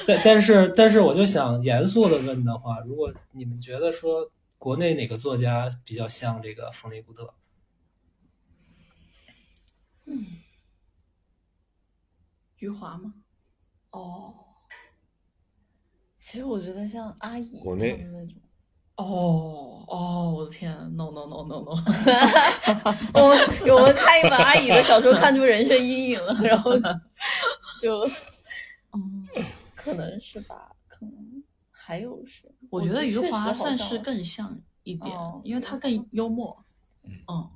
Speaker 4: 但但是但是，我就想严肃的问的话，如果你们觉得说国内哪个作家比较像这个冯内古特？
Speaker 7: 余华吗？
Speaker 5: 哦，其实我觉得像阿姨
Speaker 1: 国内
Speaker 5: 他们那种。哦哦，我的天，no no no no no，
Speaker 7: 我我们看一本阿姨的小说，看出人生阴影了，然后
Speaker 5: 就，嗯，
Speaker 7: 可能是吧，可能还有谁？
Speaker 5: 我觉得余
Speaker 7: 确实
Speaker 5: 华
Speaker 7: 好
Speaker 5: 算
Speaker 7: 像
Speaker 5: 是更像一点，
Speaker 7: 哦
Speaker 5: 因为他更幽默，嗯，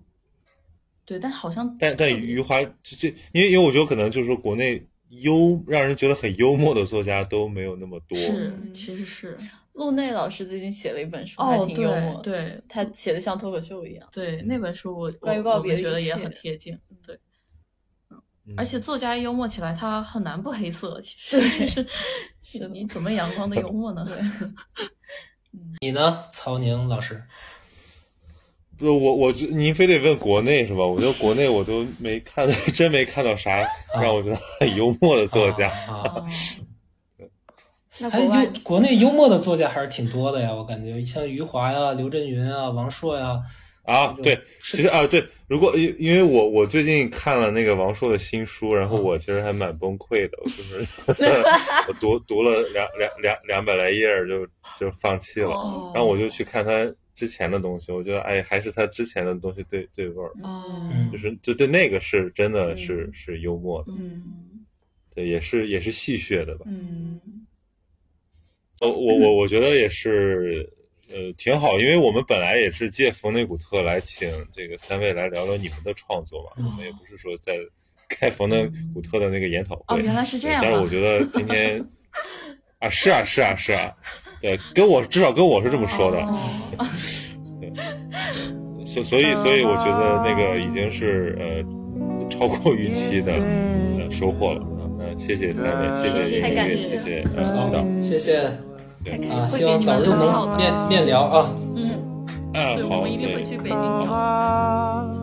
Speaker 5: 对，但好像
Speaker 1: 但但余华这这，因为因为我觉得可能就是说国内幽让人觉得很幽默的作家都没有那么多。
Speaker 5: 是
Speaker 7: 嗯
Speaker 5: 其实是
Speaker 7: 陆内老师最近写了一本书，还
Speaker 5: 哦，
Speaker 7: 挺幽默
Speaker 5: 对
Speaker 7: 的，
Speaker 5: 对
Speaker 7: 他写的像脱口秀一样。
Speaker 5: 对，那本书我
Speaker 7: 关于
Speaker 5: 我
Speaker 7: 告
Speaker 5: 我
Speaker 7: 别的
Speaker 5: 觉得
Speaker 7: 一
Speaker 5: 也
Speaker 7: 切
Speaker 5: 很贴近，对。
Speaker 1: 嗯
Speaker 5: 而且作家幽默起来，他很难不黑色。其实 是，是你怎么阳光的幽默呢？
Speaker 4: 你呢，曹宁老师？
Speaker 1: 不是我我觉您非得问国内是吧？我觉得国内我都没看 到，真没看到啥让我觉得很幽默的作家。
Speaker 4: 啊，啊
Speaker 5: 哦
Speaker 7: 那
Speaker 4: 还
Speaker 7: 国外
Speaker 4: 有国内幽默的作家还是挺多的呀，我感觉像余华呀、刘震云啊、王朔呀，
Speaker 1: 啊，
Speaker 4: 就
Speaker 1: 对，
Speaker 4: 是
Speaker 1: 其实啊，对，如果因因为我我最近看了那个王朔的新书，然后我其实还蛮崩溃的，我就是我读读了两两两两百来页儿就就放弃了，
Speaker 5: 哦
Speaker 1: 然后我就去看他之前的东西，我觉得哎，还是他之前的东西对对味儿，
Speaker 5: 哦，
Speaker 4: 嗯
Speaker 1: 就，是就对那个是真的是、是幽默的，
Speaker 5: 嗯
Speaker 1: 对，也是也是戏谑的吧。
Speaker 5: 嗯
Speaker 1: 哦，我我我觉得也是，呃，挺好，因为我们本来也是借冯内古特来请这个三位来聊聊你们的创作嘛，我们也不是说在 开冯内古特的那个研讨
Speaker 5: 哦，
Speaker 1: 会，
Speaker 5: 原来是这样
Speaker 1: 对但是我
Speaker 5: 啊！
Speaker 1: 觉得今天啊，是啊，是啊，是啊，对，跟我至少跟我是这么说的，
Speaker 5: 哦
Speaker 1: 对，所所以所以我觉得那个已经是呃超过预期的、呃、收获了。嗯、呃，谢谢三位，谢谢
Speaker 7: 太
Speaker 1: 音
Speaker 7: 感
Speaker 1: 乐，
Speaker 7: 谢
Speaker 1: 谢
Speaker 7: 了
Speaker 1: 谢呃领导。
Speaker 4: 谢谢
Speaker 1: 对
Speaker 4: 啊，
Speaker 7: 嗯
Speaker 4: 希
Speaker 7: 会给
Speaker 4: 望
Speaker 7: 你
Speaker 4: 早
Speaker 7: 们
Speaker 4: 日
Speaker 7: 很好
Speaker 4: 能
Speaker 7: 的
Speaker 4: 面面聊啊。
Speaker 7: 嗯，
Speaker 1: 啊，
Speaker 7: 对，我
Speaker 1: 好，
Speaker 7: 们一定会
Speaker 1: 对。
Speaker 7: 去北京找。